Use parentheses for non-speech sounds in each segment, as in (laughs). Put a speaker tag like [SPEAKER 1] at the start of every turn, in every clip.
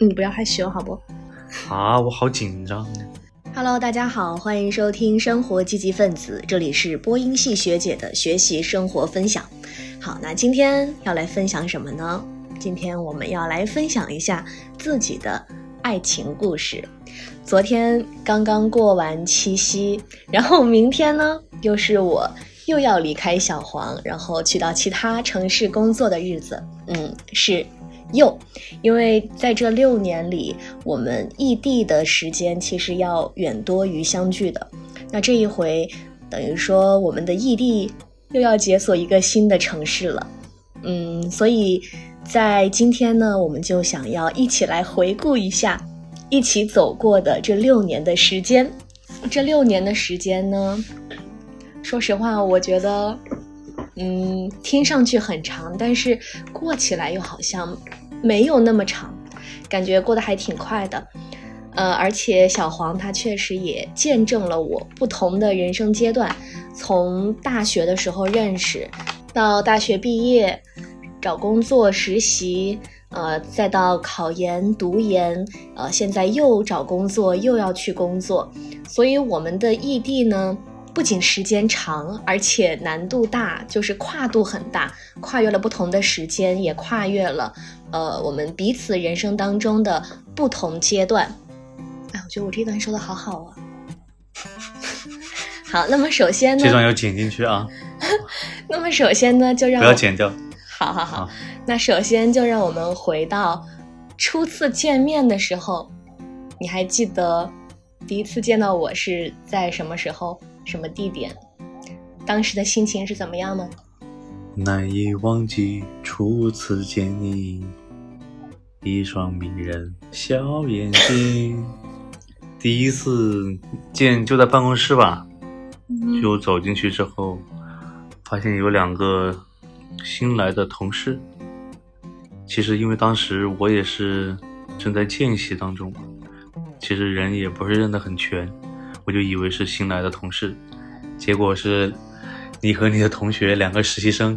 [SPEAKER 1] 你嗯不要害羞，好不
[SPEAKER 2] 啊，我好紧张啊。
[SPEAKER 1] ？Hello，大家好，欢迎收听《生活积极分子》，这里是播音系学姐的学习生活分享。好，那今天要来分享什么呢？今天我们要来分享一下自己的爱情故事。昨天刚刚过完七夕，然后明天呢，又是我又要离开小黄，然后去到其他城市工作的日子。嗯，是又，因为在这六年里，我们异地的时间其实要远多于相聚的。那这一回，等于说我们的异地又要解锁一个新的城市了。嗯，所以在今天呢，我们就想要一起来回顾一下一起走过的这六年的时间。这六年的时间呢，说实话，我觉得，嗯，听上去很长，但是过起来又好像没有那么长，感觉过得还挺快的。呃，而且小黄他确实也见证了我不同的人生阶段，从大学的时候认识，到大学毕业，找工作实习，呃，再到考研、读研，呃，现在又找工作，又要去工作，所以我们的异地呢，不仅时间长，而且难度大，就是跨度很大，跨越了不同的时间，也跨越了呃我们彼此人生当中的不同阶段。哎，我觉得我这段说的好好啊。 (laughs) 好，那么首先呢
[SPEAKER 2] 这，段要剪进去啊，
[SPEAKER 1] 那么首先呢，就让
[SPEAKER 2] 不
[SPEAKER 1] 我
[SPEAKER 2] 要剪掉。
[SPEAKER 1] 好好好
[SPEAKER 2] 好，
[SPEAKER 1] 那首先就让我们回到初次见面的时候，你还记得第一次见到我是在什么时候、什么地点？当时的心情是怎么样吗？
[SPEAKER 2] 难以忘记初次见你，一双迷人小眼睛。 (laughs) 第一次见就在办公室吧，
[SPEAKER 1] 嗯
[SPEAKER 2] 就走进去之后，发现有两个新来的同事。其实因为当时我也是正在见习当中，其实人也不是认得很全，我就以为是新来的同事，结果是你和你的同学两个实习生，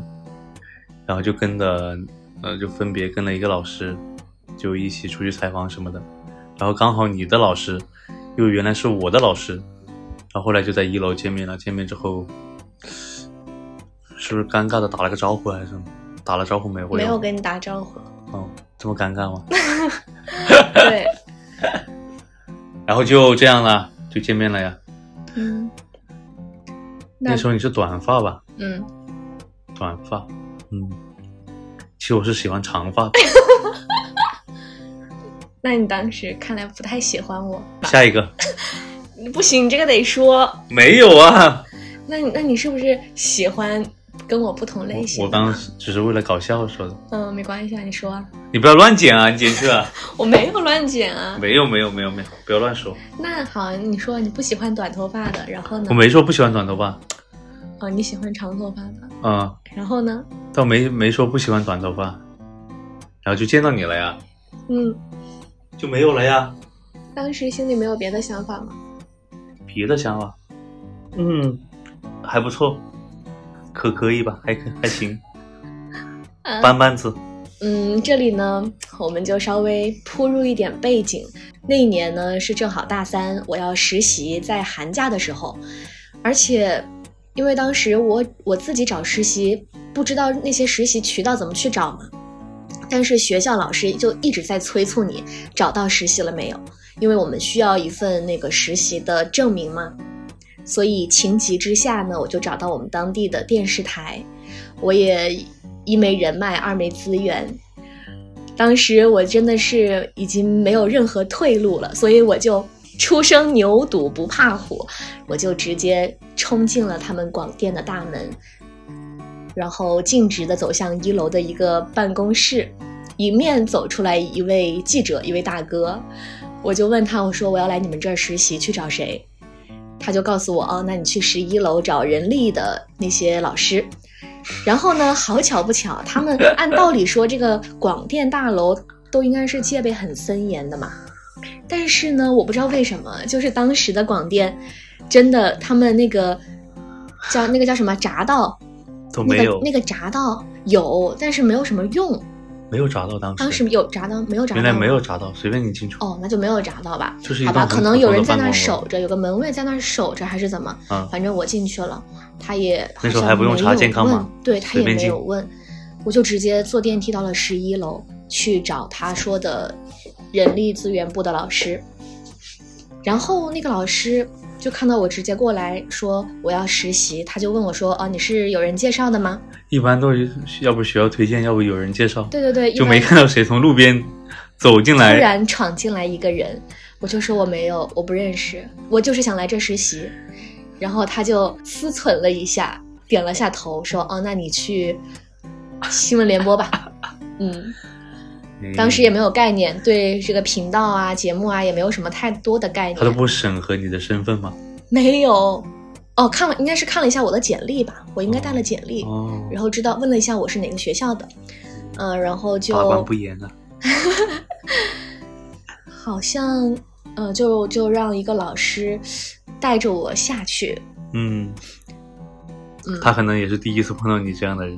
[SPEAKER 2] 然后就跟着，呃，就分别跟了一个老师，就一起出去采访什么的，然后刚好你的老师又原来是我的老师，然后后来就在一楼见面了，见面之后。是不是尴尬的打了个招呼还是什么？打了招呼没？我
[SPEAKER 1] 没
[SPEAKER 2] 有
[SPEAKER 1] 有跟你打招
[SPEAKER 2] (laughs)
[SPEAKER 1] 呼。
[SPEAKER 2] 哦，这么尴尬吗？ (laughs)
[SPEAKER 1] 对，
[SPEAKER 2] 然后就这样了，就见面了呀。
[SPEAKER 1] 嗯，那
[SPEAKER 2] 那时候你是短发吧？
[SPEAKER 1] 嗯，
[SPEAKER 2] 短发，嗯，其实我是喜欢长发的。
[SPEAKER 1] 那你当时看来不太喜欢我吧？
[SPEAKER 2] 下一个
[SPEAKER 1] 不行，这个得说。
[SPEAKER 2] 没有啊，
[SPEAKER 1] 那你那你是不是喜欢跟我不同类型
[SPEAKER 2] 我
[SPEAKER 1] 的
[SPEAKER 2] 刚
[SPEAKER 1] 呢？
[SPEAKER 2] 刚只是为了搞笑说的，
[SPEAKER 1] 嗯，没关系啊，你说啊，
[SPEAKER 2] 你不要乱剪啊，你剪去
[SPEAKER 1] (laughs)
[SPEAKER 2] 啊。
[SPEAKER 1] 我没有乱剪啊。
[SPEAKER 2] 没有没有没有没有，不要乱说，
[SPEAKER 1] 那好，你说你不喜欢短头发的，然后呢
[SPEAKER 2] 我？没说不喜欢短头发，
[SPEAKER 1] 哦，你喜欢长头发的，
[SPEAKER 2] 嗯，
[SPEAKER 1] 然后呢？
[SPEAKER 2] 倒没没说不喜欢短头发，然后就见到你了呀，
[SPEAKER 1] 嗯，
[SPEAKER 2] 就没有了呀，
[SPEAKER 1] 当时心里没有别的想法吗？
[SPEAKER 2] 别的想法，嗯，还不错，可可以吧，还可还行，
[SPEAKER 1] 啊
[SPEAKER 2] 搬班子，
[SPEAKER 1] 嗯，这里呢，我们就稍微铺入一点背景。那一年呢，是正好大三，我要实习，在寒假的时候，而且因为当时我我自己找实习，不知道那些实习渠道怎么去找嘛，但是学校老师就一直在催促你找到实习了没有，因为我们需要一份那个实习的证明嘛。所以情急之下呢，我就找到我们当地的电视台，我也一没人脉，二没资源。当时我真的是已经没有任何退路了，所以我就初生牛犊不怕虎，我就直接冲进了他们广电的大门，然后径直的走向一楼的一个办公室，迎面走出来一位记者，一位大哥，我就问他，我说我要来你们这儿实习，去找谁？他就告诉我，哦，那你去十一楼找人力的那些老师。然后呢，好巧不巧，他
[SPEAKER 2] (laughs)
[SPEAKER 1] 们按道理说这个广电大楼都应该是戒备很森严的嘛，但是呢，我不知道为什么，就是当时的广电，真的他们那个叫那个叫什么闸道，
[SPEAKER 2] 都没
[SPEAKER 1] 那
[SPEAKER 2] 有，
[SPEAKER 1] 个那个闸道有，但是没有什么用。
[SPEAKER 2] 没有炸到当时，
[SPEAKER 1] 当时有炸到没有炸到
[SPEAKER 2] 原
[SPEAKER 1] 吗？
[SPEAKER 2] 来没有炸到，随便你进出。
[SPEAKER 1] 哦，那就没有炸到吧？
[SPEAKER 2] 就是一
[SPEAKER 1] 好吧，
[SPEAKER 2] 栋
[SPEAKER 1] 可
[SPEAKER 2] 很
[SPEAKER 1] 能
[SPEAKER 2] 普
[SPEAKER 1] 有
[SPEAKER 2] 通
[SPEAKER 1] 人
[SPEAKER 2] 的
[SPEAKER 1] 在
[SPEAKER 2] 办
[SPEAKER 1] 那儿
[SPEAKER 2] 公楼
[SPEAKER 1] 守着，有个门卫在那儿守着，还是怎么？
[SPEAKER 2] 啊，
[SPEAKER 1] 反正我进去了，他也好
[SPEAKER 2] 那时候
[SPEAKER 1] 像
[SPEAKER 2] 还不用
[SPEAKER 1] 没
[SPEAKER 2] 查
[SPEAKER 1] 有
[SPEAKER 2] 健康码
[SPEAKER 1] 问对他
[SPEAKER 2] 随
[SPEAKER 1] 也
[SPEAKER 2] 便
[SPEAKER 1] 没
[SPEAKER 2] 进
[SPEAKER 1] 有问，我就直接坐电梯到了十一楼去找他说的人力资源部的老师，然后那个老师。就看到我直接过来说我要实习，他就问我说：“哦，你是有人介绍的吗
[SPEAKER 2] 一般都是要不学校推荐，要不有人介绍？”，
[SPEAKER 1] 对对对，一
[SPEAKER 2] 就没
[SPEAKER 1] 般
[SPEAKER 2] 看到谁从路边走进
[SPEAKER 1] 突
[SPEAKER 2] 来。
[SPEAKER 1] 然闯进来一个人，我就说我没有，我不认识，我就是想来这实习。然后他就思忖了一下，点了下头，说：“哦，那你去新闻联播
[SPEAKER 2] (laughs)
[SPEAKER 1] 吧。”嗯，
[SPEAKER 2] 嗯
[SPEAKER 1] 当时也没有概念，对这个频道啊、节目啊也没有什么太多的概念。
[SPEAKER 2] 他都不审核你的身份吗？
[SPEAKER 1] 没有，哦，看了应该是看了一下我的简历吧，我应该带了简历，
[SPEAKER 2] 哦，
[SPEAKER 1] 然后知道问了一下我是哪个学校的，嗯、然后就
[SPEAKER 2] 把关不严啊。
[SPEAKER 1] 好像，呃，就就让一个老师带着我下去，
[SPEAKER 2] 嗯，
[SPEAKER 1] 嗯，
[SPEAKER 2] 他可能也是第一次碰到你这样的人，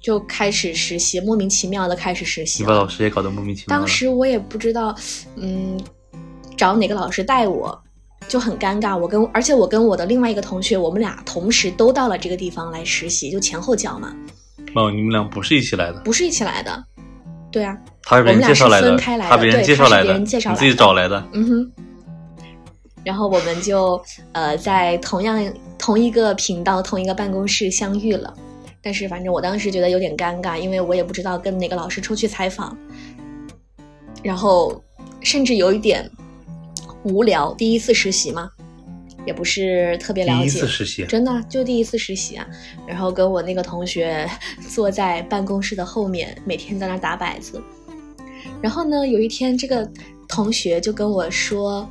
[SPEAKER 1] 就开始实习，莫名其妙的开始实习
[SPEAKER 2] 你把
[SPEAKER 1] 了。
[SPEAKER 2] 老师也搞得莫名其妙了。
[SPEAKER 1] 当时我也不知道，嗯，找哪个老师带我，就很尴尬。我跟而且我跟我的另外一个同学，我们俩同时都到了这个地方来实习，就前后脚嘛，
[SPEAKER 2] 哦，你们俩不是一起来的，
[SPEAKER 1] 不是一起来的。对啊，
[SPEAKER 2] 他是别人介绍来
[SPEAKER 1] 我
[SPEAKER 2] 的，
[SPEAKER 1] 们俩是分开来的
[SPEAKER 2] 他别人介绍
[SPEAKER 1] 对他
[SPEAKER 2] 来
[SPEAKER 1] 是别
[SPEAKER 2] 的，
[SPEAKER 1] 人介绍来
[SPEAKER 2] 你
[SPEAKER 1] 的
[SPEAKER 2] 自己找来的。
[SPEAKER 1] 嗯哼。然后我们就呃在同样同一个频道、同一个办公室相遇了。但是反正我当时觉得有点尴尬，因为我也不知道跟哪个老师出去采访，然后甚至有一点无聊。第一次实习嘛，也不是特别了
[SPEAKER 2] 第一
[SPEAKER 1] 解
[SPEAKER 2] 次。实习啊，
[SPEAKER 1] 真的啊就第一次实习啊，然后跟我那个同学 (laughs) 坐在办公室的后面，每天在那儿打摆子。然后呢，有一天这个同学就跟我说，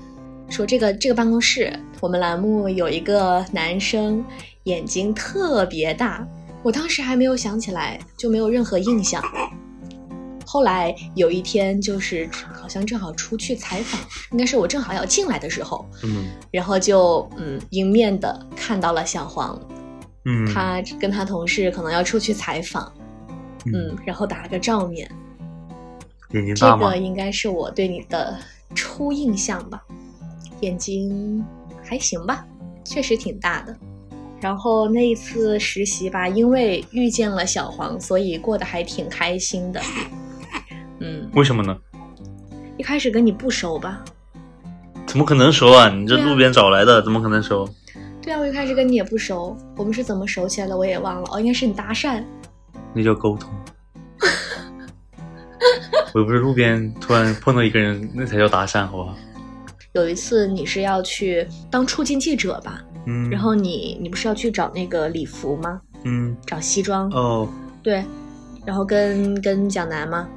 [SPEAKER 1] 说这个这个办公室，我们栏目有一个男生眼睛特别大，我当时还没有想起来，就没有任何印象。后来有一天，就是好像正好出去采访，应该是我正好要进来的时候，
[SPEAKER 2] 嗯
[SPEAKER 1] 然后就嗯迎面的看到了小黄，
[SPEAKER 2] 嗯，
[SPEAKER 1] 他跟他同事可能要出去采访，嗯，然后打了个照面，
[SPEAKER 2] 眼睛
[SPEAKER 1] 这
[SPEAKER 2] 大吗
[SPEAKER 1] 个？应该是我对你的初印象吧，眼睛还行吧，确实挺大的。然后那一次实习吧，因为遇见了小黄，所以过得还挺开心的。嗯，
[SPEAKER 2] 为什么呢？
[SPEAKER 1] 一开始跟你不熟吧？
[SPEAKER 2] 怎么可能熟啊？你这
[SPEAKER 1] 对啊
[SPEAKER 2] 路边找来的，怎么可能熟？
[SPEAKER 1] 对啊，我一开始跟你也不熟，我们是怎么熟起来的我也忘了。哦，应该是你搭讪，
[SPEAKER 2] 那叫沟通。我又不是路边突然碰到一个人，那才叫搭讪，好不好？
[SPEAKER 1] 有一次你是要去当出镜记者吧，
[SPEAKER 2] 嗯，
[SPEAKER 1] 然后你你不是要去找那个礼服吗？
[SPEAKER 2] 嗯
[SPEAKER 1] 找西装，
[SPEAKER 2] 哦，
[SPEAKER 1] 对，然后跟跟蒋楠吗？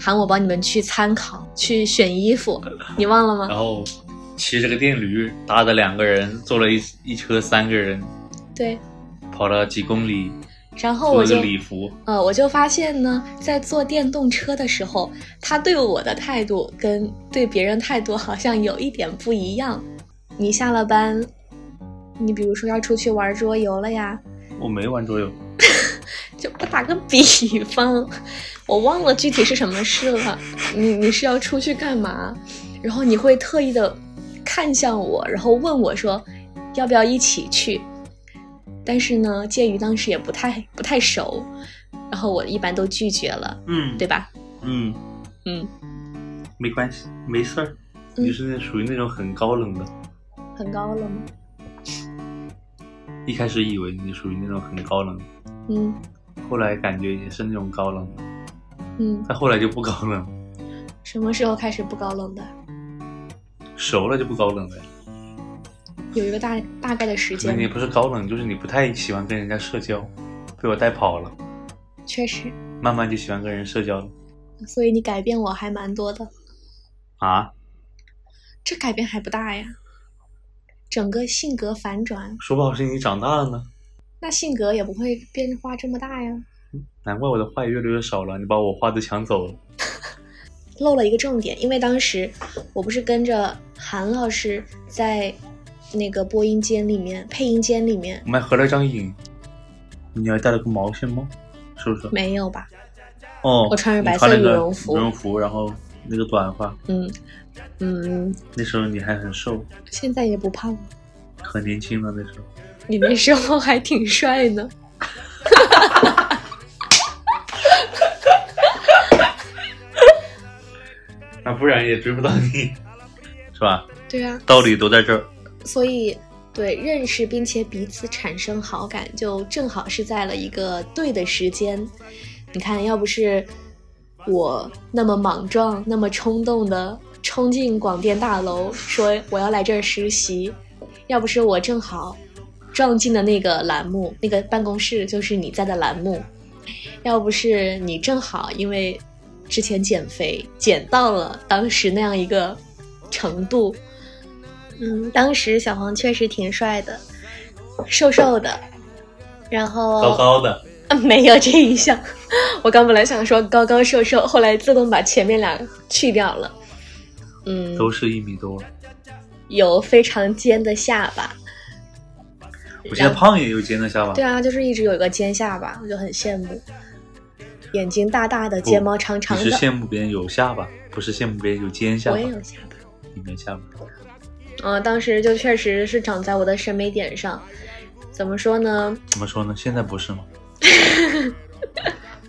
[SPEAKER 1] 喊我帮你们去参考，去选衣服，你忘了
[SPEAKER 2] 然
[SPEAKER 1] 吗？
[SPEAKER 2] 后骑着个电驴搭的两个人，坐了一一车三个人，
[SPEAKER 1] 对，
[SPEAKER 2] 跑了几公里，
[SPEAKER 1] 然后
[SPEAKER 2] 做
[SPEAKER 1] 哦我
[SPEAKER 2] 了
[SPEAKER 1] 就
[SPEAKER 2] 个礼服。
[SPEAKER 1] 呃，我就发现呢，在坐电动车的时候，他对我的态度跟对别人态度好像有一点不一样。你下了班，你比如说要出去玩桌游了呀，
[SPEAKER 2] 我没玩桌游，
[SPEAKER 1] 就我打个比方， (laughs) 我忘了具体是什么事了。你你是要出去干嘛？然后你会特意的看向我，然后问我说要不要一起去。但是呢，鉴于当时也不太不太熟，然后我一般都拒绝了，
[SPEAKER 2] 嗯
[SPEAKER 1] 对吧？
[SPEAKER 2] 嗯，
[SPEAKER 1] 嗯，
[SPEAKER 2] 没关系，没事儿。
[SPEAKER 1] 嗯
[SPEAKER 2] 你是那属于那种很高冷的，
[SPEAKER 1] 很高冷吗？
[SPEAKER 2] 一开始以为你属于那种很高冷，
[SPEAKER 1] 嗯
[SPEAKER 2] 后来感觉也是那种高冷，
[SPEAKER 1] 嗯，
[SPEAKER 2] 但后来就不高冷，
[SPEAKER 1] 什么时候开始不高冷的？
[SPEAKER 2] 熟了就不高冷了呀。
[SPEAKER 1] 有一个大大概的时
[SPEAKER 2] 可能
[SPEAKER 1] 间
[SPEAKER 2] 你
[SPEAKER 1] 吗，
[SPEAKER 2] 不是高冷，就是你不太喜欢跟人家社交，被我带跑了，
[SPEAKER 1] 确实，
[SPEAKER 2] 慢慢就喜欢跟人社交了
[SPEAKER 1] 所以你改变我还蛮多的。
[SPEAKER 2] 啊？
[SPEAKER 1] 这改变还不大呀，整个性格反转，
[SPEAKER 2] 说不好是你长大了呢，
[SPEAKER 1] 那性格也不会变化这么大呀。
[SPEAKER 2] 难怪我的话也越来越少了，你把我话都抢走了。
[SPEAKER 1] 漏了一个重点，因为当时我不是跟着韩老师在那个播音间里面、配音间里面
[SPEAKER 2] 我们还合了张影，你还带了个毛线帽，是不是？
[SPEAKER 1] 没有吧？
[SPEAKER 2] 哦，
[SPEAKER 1] 我穿着
[SPEAKER 2] 你
[SPEAKER 1] 白色
[SPEAKER 2] 那
[SPEAKER 1] 羽
[SPEAKER 2] 个
[SPEAKER 1] 绒服
[SPEAKER 2] 羽绒服，然后那个短发，
[SPEAKER 1] 嗯嗯，
[SPEAKER 2] 那时候你还很瘦，
[SPEAKER 1] 现在也不胖了，
[SPEAKER 2] 很年轻了那时候。
[SPEAKER 1] 你那时候还挺帅呢。
[SPEAKER 2] 那不然也追不到你，是吧？
[SPEAKER 1] 对啊，
[SPEAKER 2] 道理都在这儿。
[SPEAKER 1] 所以对认识并且彼此产生好感，就正好是在了一个对的时间。你看，要不是我那么莽撞、那么冲动的冲进广电大楼，说我要来这儿实习，要不是我正好撞进的那个栏目，那个办公室就是你在的栏目，要不是你正好因为之前减肥减到了当时那样一个程度，嗯，当时小黄确实挺帅的，瘦瘦的，然后
[SPEAKER 2] 高高的，
[SPEAKER 1] 啊 (laughs) 没有这一项。 (laughs) 我刚本来想说高高瘦瘦，后来自动把前面俩去掉了。嗯，
[SPEAKER 2] 都是一米多。
[SPEAKER 1] 有非常尖的下巴。
[SPEAKER 2] 我现在胖也有尖的下巴
[SPEAKER 1] 对，啊，就是一直有一个尖下巴，我就很羡慕。眼睛大大的，睫毛长长
[SPEAKER 2] 你是
[SPEAKER 1] 的。
[SPEAKER 2] 羡慕别人有下巴，不是羡慕别人有尖下
[SPEAKER 1] 我
[SPEAKER 2] 巴
[SPEAKER 1] 也。有下巴。
[SPEAKER 2] 你没下巴，
[SPEAKER 1] 嗯、当时就确实是长在我的审美点上。怎么说呢？
[SPEAKER 2] 怎么说呢？现在不是吗？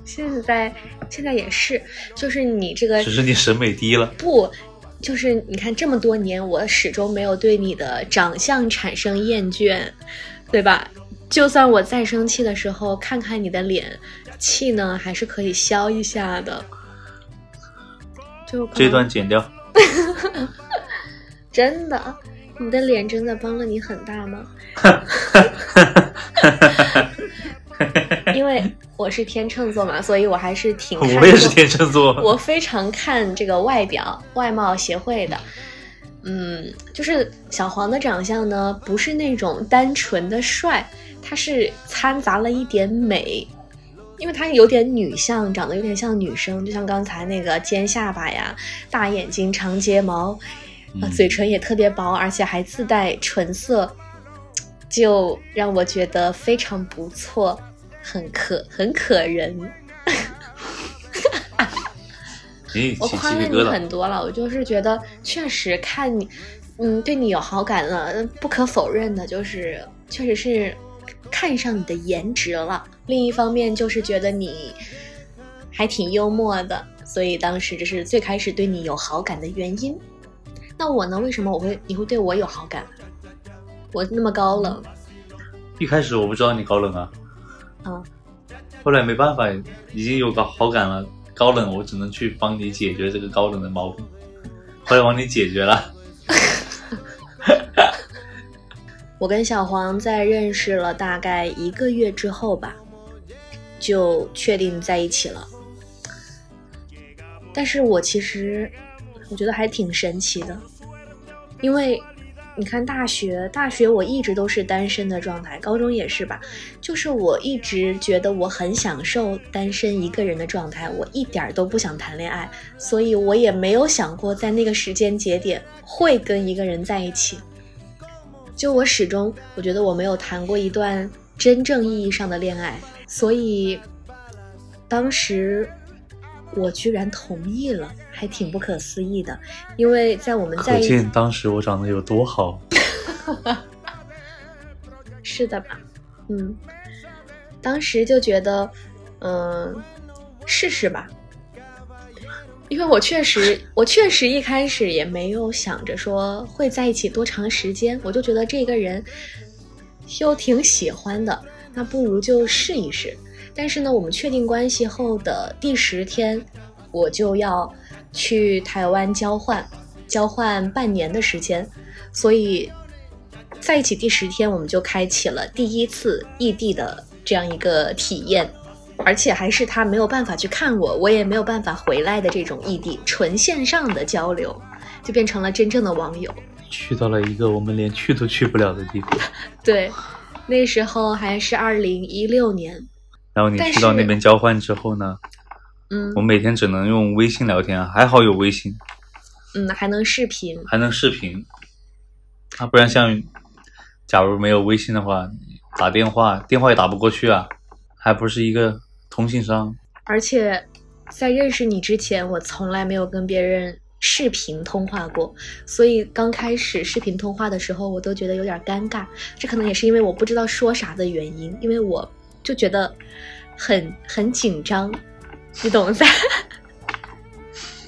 [SPEAKER 1] 现在现在也是，就是你这个
[SPEAKER 2] 只是你审美低了。
[SPEAKER 1] 不，就是你看这么多年，我始终没有对你的长相产生厌倦，对吧？就算我再生气的时候，看看你的脸，气呢还是可以消一下的。就可能
[SPEAKER 2] 这段剪掉，
[SPEAKER 1] 真的，你的脸真的帮了你很大
[SPEAKER 2] (laughs)
[SPEAKER 1] 吗？因为我是天秤座嘛，所以我还是挺看
[SPEAKER 2] 我也是
[SPEAKER 1] 重
[SPEAKER 2] 天秤座，
[SPEAKER 1] 我非常看这个外表外貌协会的。嗯，就是小黄的长相呢，不是那种单纯的帅，它是掺杂了一点美，因为它有点女相，长得有点像女生，就像刚才那个尖下巴呀、大眼睛、长睫毛，啊
[SPEAKER 2] 嗯
[SPEAKER 1] 嘴唇也特别薄，而且还自带唇色，就让我觉得非常不错，很可很可人。
[SPEAKER 2] 咦，
[SPEAKER 1] 我
[SPEAKER 2] 起
[SPEAKER 1] 宽
[SPEAKER 2] 鸡皮
[SPEAKER 1] 慰你
[SPEAKER 2] 疙瘩。
[SPEAKER 1] 很多了，我就是觉得确实看你，嗯，对你有好感了，嗯不可否认的就是确实是看上你的颜值了。另一方面就是觉得你还挺幽默的，所以当时这是最开始对你有好感的原因。那我呢？为什么我会你会对我有好感？我那么高冷，
[SPEAKER 2] 一开始我不知道你高冷啊，
[SPEAKER 1] 嗯，
[SPEAKER 2] 后来没办法，已经有个好感了，高冷我只能去帮你解决这个高冷的毛病，后来帮你解决了。
[SPEAKER 1] 我跟小黄在认识了大概一个月之后吧，就确定在一起了。但是我其实我觉得还挺神奇的，因为你看大学，大学我一直都是单身的状态，高中也是吧，就是我一直觉得我很享受单身一个人的状态，我一点儿都不想谈恋爱，所以我也没有想过在那个时间节点会跟一个人在一起。就我始终，我觉得我没有谈过一段真正意义上的恋爱，所以当时我居然同意了，还挺不可思议的。因为在我们在
[SPEAKER 2] 可
[SPEAKER 1] 一起
[SPEAKER 2] 见当时我长得有多好。
[SPEAKER 1] 是的吧？嗯，当时就觉得，嗯、试试吧。因为我确实，我确实一开始也没有想着说会在一起多长时间，我就觉得这个人又挺喜欢的，那不如就试一试。但是呢，我们确定关系后的第十天，我就要去台湾交换，交换半年的时间，所以在一起第十天，我们就开启了第一次异地的这样一个体验，而且还是他没有办法去看我，我也没有办法回来的这种异地，纯线上的交流，就变成了真正的网友。
[SPEAKER 2] 去到了一个我们连去都去不了的地方，
[SPEAKER 1] 对，那时候还是二零一六年，
[SPEAKER 2] 然后你
[SPEAKER 1] 但
[SPEAKER 2] 去到
[SPEAKER 1] 是
[SPEAKER 2] 那边交换之后呢，
[SPEAKER 1] 嗯
[SPEAKER 2] 我每天只能用微信聊天啊，还好有微信，
[SPEAKER 1] 嗯，还能视频，
[SPEAKER 2] 还能视频，啊，不然像假如没有微信的话，打电话电话也打不过去啊，还不是一个通信商，
[SPEAKER 1] 而且在认识你之前，我从来没有跟别人视频通话过，所以刚开始视频通话的时候，我都觉得有点尴尬。这可能也是因为我不知道说啥的原因，因为我就觉得很很紧张，你懂的。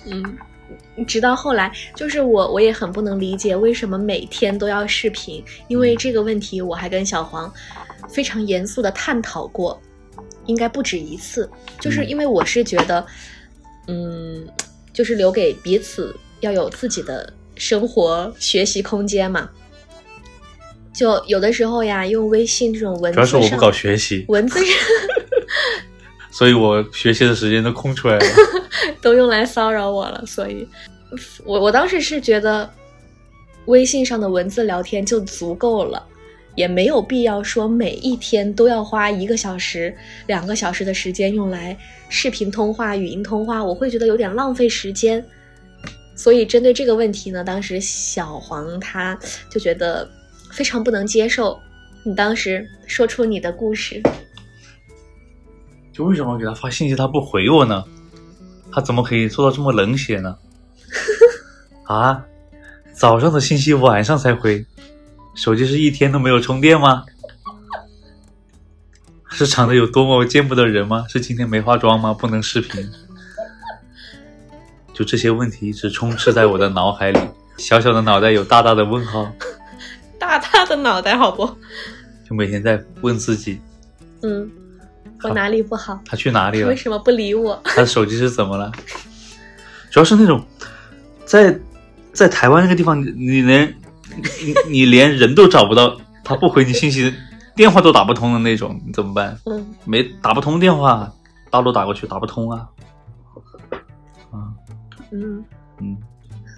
[SPEAKER 1] 嗯。直到后来，就是我我也很不能理解为什么每天都要视频，因为这个问题我还跟小黄非常严肃的探讨过，应该不止一次。就是因为我是觉得，嗯，就是留给彼此要有自己的生活学习空间嘛。就有的时候呀，用微信这种文字
[SPEAKER 2] 主要是我不搞学习，
[SPEAKER 1] 文字上。
[SPEAKER 2] (laughs) 所以我学习的时间都空出来了。
[SPEAKER 1] 都用来骚扰我了，所以，我我当时是觉得，微信上的文字聊天就足够了，也没有必要说每一天都要花一个小时、两个小时的时间用来视频通话、语音通话，我会觉得有点浪费时间。所以针对这个问题呢，当时小黄他就觉得非常不能接受。你当时说出你的故事，
[SPEAKER 2] 就为什么给他发信息他不回我呢？他怎么可以做到这么冷血呢？啊，早上的信息晚上才回，手机是一天都没有充电吗？是长得有多么见不得人吗？是今天没化妆吗？不能视频？就这些问题一直充斥在我的脑海里，小小的脑袋有大大的问号，
[SPEAKER 1] 大大的脑袋好不？
[SPEAKER 2] 就每天在问自己，
[SPEAKER 1] 嗯，我哪里不好？
[SPEAKER 2] 他去哪里了
[SPEAKER 1] 为？什么不理我？ (laughs)
[SPEAKER 2] 他的手机是怎么了？主要是那种在在台湾那个地方，你你连你你连人都找不到，他不回你信息，电话都打不通的那种，你怎么办？
[SPEAKER 1] 嗯，
[SPEAKER 2] 没打不通电话，大陆打过去打不通啊。啊，
[SPEAKER 1] 嗯，
[SPEAKER 2] 嗯，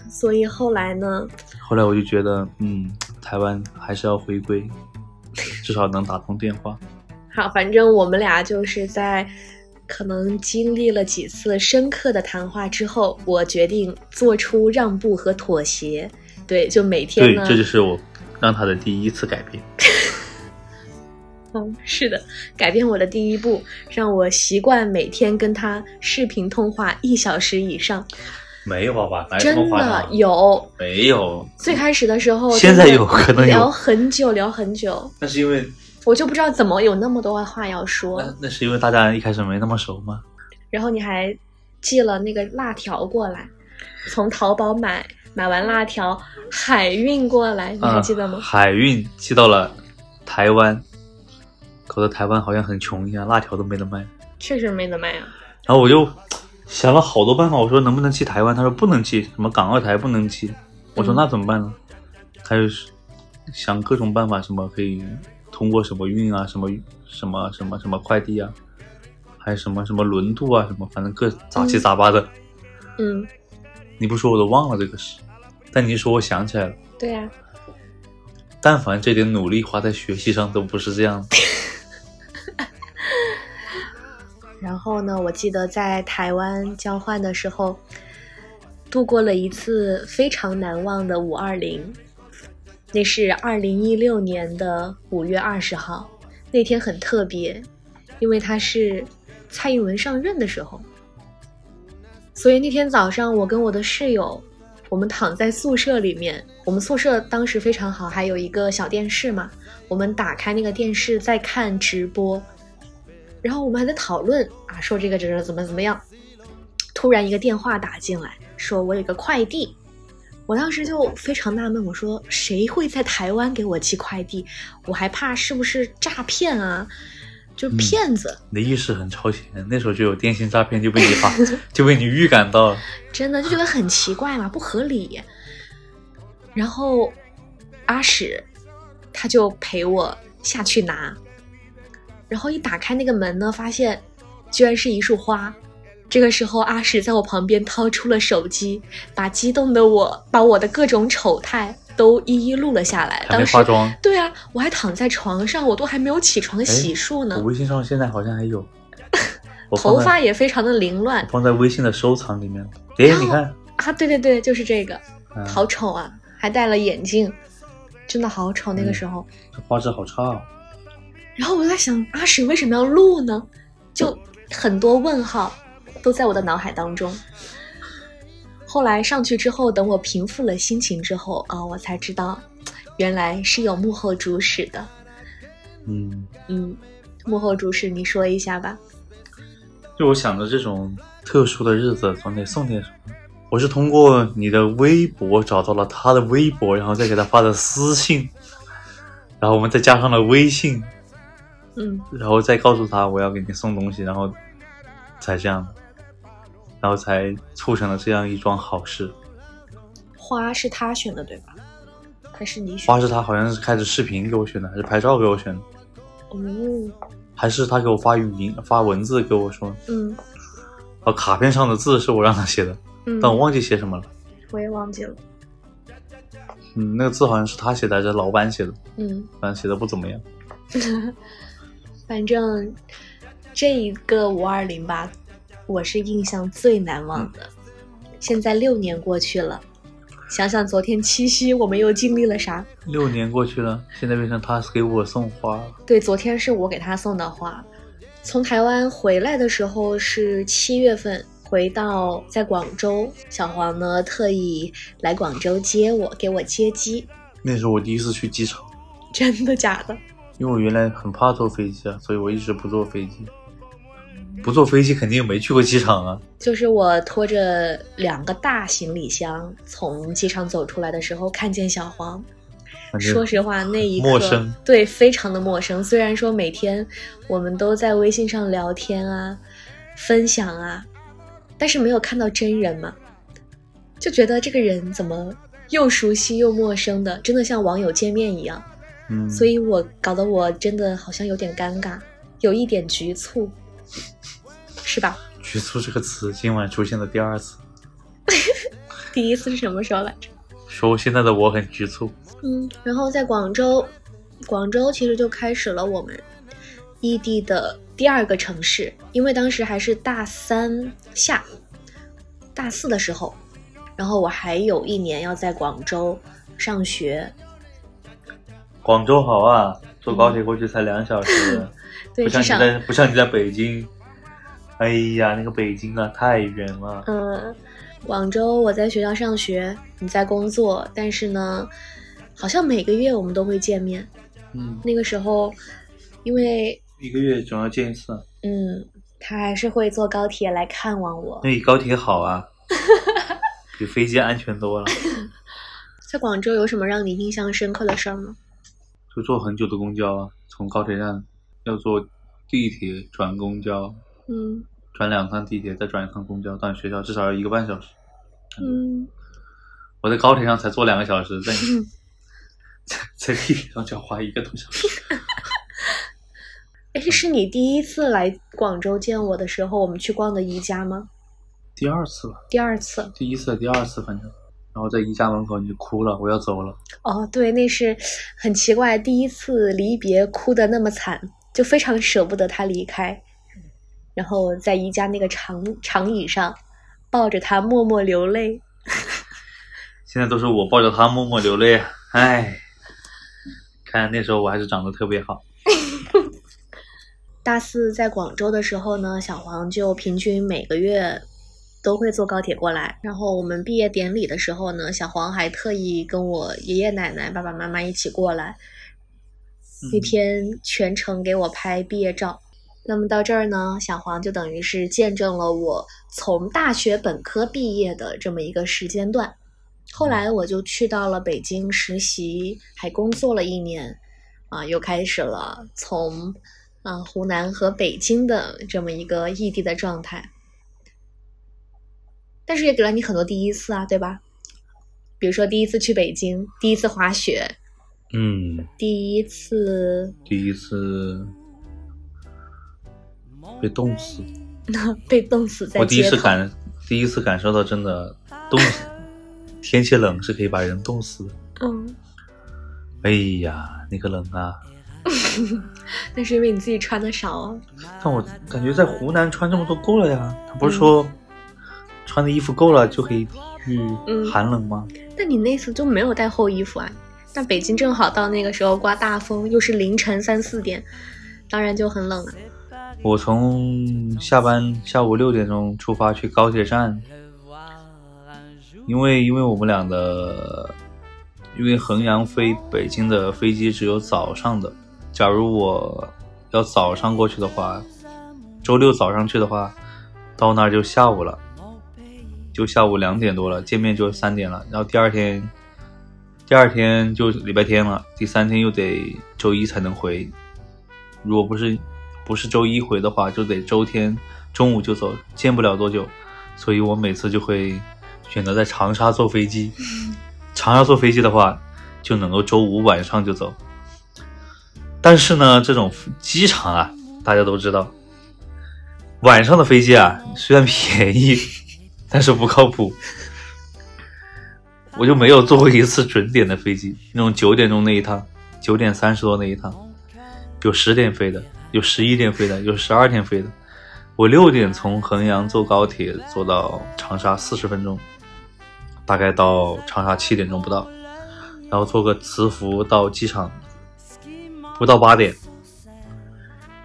[SPEAKER 1] 所以后来呢，
[SPEAKER 2] 后来我就觉得，嗯，台湾还是要回归，至少能打通电话。
[SPEAKER 1] 好，反正我们俩就是在可能经历了几次深刻的谈话之后，我决定做出让步和妥协。对，就每天
[SPEAKER 2] 对，
[SPEAKER 1] 呢，
[SPEAKER 2] 这就是我让他的第一次改变。
[SPEAKER 1] 嗯，是的，改变我的第一步，让我习惯每天跟他视频通话一小时以上。
[SPEAKER 2] 没有吧？哪有这么
[SPEAKER 1] 真
[SPEAKER 2] 夸张啊
[SPEAKER 1] 的？有，
[SPEAKER 2] 没有。
[SPEAKER 1] 最开始的时候，
[SPEAKER 2] 现在
[SPEAKER 1] 真的
[SPEAKER 2] 有可能有
[SPEAKER 1] 聊很久，聊很久，
[SPEAKER 2] 那是因为
[SPEAKER 1] 我就不知道怎么有那么多话要说。
[SPEAKER 2] 那那是因为大家一开始没那么熟吗？
[SPEAKER 1] 然后你还寄了那个辣条过来，从淘宝买，买完辣条海运过来，你还记得吗
[SPEAKER 2] 嗯？海运寄到了台湾，搞得台湾好像很穷一样，辣条都没得卖。
[SPEAKER 1] 确实没怎啊么样。
[SPEAKER 2] 然后我就想了好多办法，我说能不能寄台湾？他说不能寄，什么港澳台不能寄。我说
[SPEAKER 1] 嗯
[SPEAKER 2] 那怎么办呢？他就是想各种办法，什么可以通过什么运啊，什么什么什么什么快递啊，还有什么什么轮渡啊，什么反正各杂七杂八的。
[SPEAKER 1] 嗯，
[SPEAKER 2] 你不说我都忘了这个事，但你一说我想起来了。
[SPEAKER 1] 对啊呀、
[SPEAKER 2] 但凡这点努力花在学习上都不是这样的。
[SPEAKER 1] 然后呢，我记得在台湾交换的时候，度过了一次非常难忘的五二零。那是二零一六年的五月二十号，那天很特别，因为它是蔡英文上任的时候，所以那天早上我跟我的室友，我们躺在宿舍里面，我们宿舍当时非常好，还有一个小电视嘛，我们打开那个电视在看直播，然后我们还在讨论啊，说这个这个怎么怎么样。突然一个电话打进来，说我有个快递。我当时就非常纳闷，我说谁会在台湾给我寄快递？我还怕是不是诈骗啊，就
[SPEAKER 2] 嗯
[SPEAKER 1] 骗子。
[SPEAKER 2] 你的意识很超前，那时候就有电信诈骗就被你发 (laughs) 就被你预感到了。
[SPEAKER 1] 真的就觉得很奇怪嘛，不合理。然后阿史他就陪我下去拿，然后一打开那个门呢，发现居然是一束花。这个时候，阿史在我旁边掏出了手机，把激动的我把我的各种丑态都一一录了下来。
[SPEAKER 2] 还没
[SPEAKER 1] 当时
[SPEAKER 2] 化妆，哎
[SPEAKER 1] 对啊，我还躺在床上，我都还没有起床洗漱
[SPEAKER 2] 我
[SPEAKER 1] 呢，
[SPEAKER 2] 微信上现在好像还
[SPEAKER 1] (laughs)
[SPEAKER 2] 有。我放
[SPEAKER 1] 头
[SPEAKER 2] 在
[SPEAKER 1] 发也非常的凌乱
[SPEAKER 2] 我放在微信的收藏里面了。哎，
[SPEAKER 1] 后
[SPEAKER 2] 你看，
[SPEAKER 1] 啊！对对对，就是这个。
[SPEAKER 2] 嗯、
[SPEAKER 1] 好丑啊，还戴了眼镜，真的好丑那
[SPEAKER 2] 嗯
[SPEAKER 1] 个时候。
[SPEAKER 2] 这画质好差哦。
[SPEAKER 1] 然后我就在想，阿史为什么要录呢？就很多问号，都在我的脑海当中。后来上去之后，等我平复了心情之后啊、我才知道，原来是有幕后主使的。
[SPEAKER 2] 嗯，
[SPEAKER 1] 嗯，幕后主使，你说一下吧。
[SPEAKER 2] 就我想着这种特殊的日子总得送点什么。我是通过你的微博找到了他的微博，然后再给他发的私信，然后我们再加上了微信，
[SPEAKER 1] 嗯，
[SPEAKER 2] 然后再告诉他我要给你送东西，然后才这样，然后才促成了这样一桩好事。
[SPEAKER 1] 花是他选的对吧？还是你选？
[SPEAKER 2] 花是他好像是开着视频给我选的，还是拍照给我选的，
[SPEAKER 1] 嗯
[SPEAKER 2] 还是他给我发语音、发文字给我说，
[SPEAKER 1] 嗯
[SPEAKER 2] 哦，卡片上的字是我让他写的，
[SPEAKER 1] 嗯，
[SPEAKER 2] 但我忘记写什么了。
[SPEAKER 1] 我也忘记了。
[SPEAKER 2] 嗯，那个字好像是他写的还是老板写的，
[SPEAKER 1] 嗯，
[SPEAKER 2] 反正写的不怎么样。
[SPEAKER 1] 反正这一个五二零吧，我是印象最难忘的。现在六年过去了，想想昨天七夕我们又经历了啥？
[SPEAKER 2] 六年过去了，现在变成他给我送花了。
[SPEAKER 1] 对，昨天是我给他送的花。从台湾回来的时候是七月份，回到在广州，小黄呢特意来广州接我，给我接机。
[SPEAKER 2] 那是我第一次去机场，
[SPEAKER 1] 真的假的？
[SPEAKER 2] 因为我原来很怕坐飞机啊，所以我一直不坐飞机。不坐飞机肯定没去过机场啊。
[SPEAKER 1] 就是我拖着两个大行李箱从机场走出来的时候，看见小黄。
[SPEAKER 2] 反正
[SPEAKER 1] 说实话，那一刻
[SPEAKER 2] 陌生
[SPEAKER 1] 对，非常的陌生。虽然说每天我们都在微信上聊天啊、分享啊，但是没有看到真人嘛，就觉得这个人怎么又熟悉又陌生的，真的像网友见面一样。
[SPEAKER 2] 嗯，
[SPEAKER 1] 所以我搞得我真的好像有点尴尬，有一点局促，是吧？
[SPEAKER 2] 局促这个词今晚出现了第二次，
[SPEAKER 1] 第一次是什么时候来着？
[SPEAKER 2] 说现在的我很局促。
[SPEAKER 1] 嗯，然后在广州，广州其实就开始了我们异地的第二个城市，因为当时还是大三下、大四的时候，然后我还有一年要在广州上学，
[SPEAKER 2] 广州好啊，坐高铁过去才两小时，
[SPEAKER 1] 嗯对，
[SPEAKER 2] 不像
[SPEAKER 1] 至
[SPEAKER 2] 你
[SPEAKER 1] 少
[SPEAKER 2] 在不像你在北京。哎呀，那个北京啊，太远了。
[SPEAKER 1] 嗯，广州我在学校上学，你在工作，但是呢，好像每个月我们都会见面。
[SPEAKER 2] 嗯，
[SPEAKER 1] 那个时候，因为
[SPEAKER 2] 一个月总要见一次啊。
[SPEAKER 1] 嗯，他还是会坐高铁来看望我。
[SPEAKER 2] 那比高铁好
[SPEAKER 1] (laughs)
[SPEAKER 2] 啊，比飞机安全多了。
[SPEAKER 1] 在广州有什么让你印象深刻的事儿吗？
[SPEAKER 2] 就坐很久的公交啊，从高铁站要坐地铁转公交，
[SPEAKER 1] 嗯
[SPEAKER 2] 转两趟地铁再转一趟公交，到你学校至少要一个半小时。
[SPEAKER 1] 嗯，
[SPEAKER 2] 我在高铁上才坐两个小时，在在在地铁上就要花一个多小时。
[SPEAKER 1] 哎，是你第一次来广州见我的时候，我们去逛的宜家吗？
[SPEAKER 2] 第二次吧，
[SPEAKER 1] 第二次
[SPEAKER 2] 第一次第二次反正，然后在宜家门口你就哭了，我要走了。
[SPEAKER 1] 哦，对，那是很奇怪，第一次离别哭的那么惨，就非常舍不得他离开。然后在宜家那个长长椅上，抱着他默默流泪。
[SPEAKER 2] 现在都是我抱着他默默流泪，啊唉，看来那时候我还是长得特别好。
[SPEAKER 1] 大四在广州的时候呢，小黄就平均每个月都会坐高铁过来。然后我们毕业典礼的时候呢，小黄还特意跟我爷爷奶奶、爸爸妈妈一起过来，那
[SPEAKER 2] 嗯
[SPEAKER 1] 天全程给我拍毕业照。那么到这儿呢，小黄就等于是见证了我从大学本科毕业的这么一个时间段。后来我就去到了北京实习，还工作了一年，啊，又开始了从啊湖南和北京的这么一个异地的状态。但是也给了你很多第一次啊，对吧？比如说第一次去北京，第一次滑雪，
[SPEAKER 2] 嗯。
[SPEAKER 1] 第一次
[SPEAKER 2] 第一次被冻死，
[SPEAKER 1] 被冻死在
[SPEAKER 2] 我第一
[SPEAKER 1] 街
[SPEAKER 2] 次
[SPEAKER 1] 头。
[SPEAKER 2] 感第一次感受到真的冻死，天气冷是可以把人冻死的。
[SPEAKER 1] 嗯，
[SPEAKER 2] 哎呀，那个冷啊！
[SPEAKER 1] 那是因为你自己穿的少啊。
[SPEAKER 2] 但我感觉在湖南穿这么多够了呀，他不是说穿的衣服够了就可以抵御
[SPEAKER 1] 嗯
[SPEAKER 2] 寒冷吗？
[SPEAKER 1] 但你那次就没有带厚衣服啊。但北京正好到那个时候刮大风，又是凌晨三四点，当然就很冷啊。
[SPEAKER 2] 我从下班下午六点钟出发去高铁站，因为因为我们俩的，因为衡阳飞北京的飞机只有早上的，假如我要早上过去的话，周六早上去的话，到那儿就下午了，就下午两点多了，见面就三点了，然后第二天，第二天就礼拜天了，第三天又得周一才能回，如果不是不是周一回的话，就得周天中午就走，见不了多久，所以我每次就会选择在长沙坐飞机。长沙坐飞机的话，就能够周五晚上就走。但是呢，这种机场啊，大家都知道，晚上的飞机啊，虽然便宜， (laughs) 但是不靠谱。我就没有坐过一次准点的飞机，那种九点钟那一趟，九点三十多那一趟，有十点飞的，有十一点飞的，有十二点飞的。我六点从衡阳坐高铁坐到长沙，四十分钟，大概到长沙七点钟不到，然后坐个磁浮到机场，不到八点，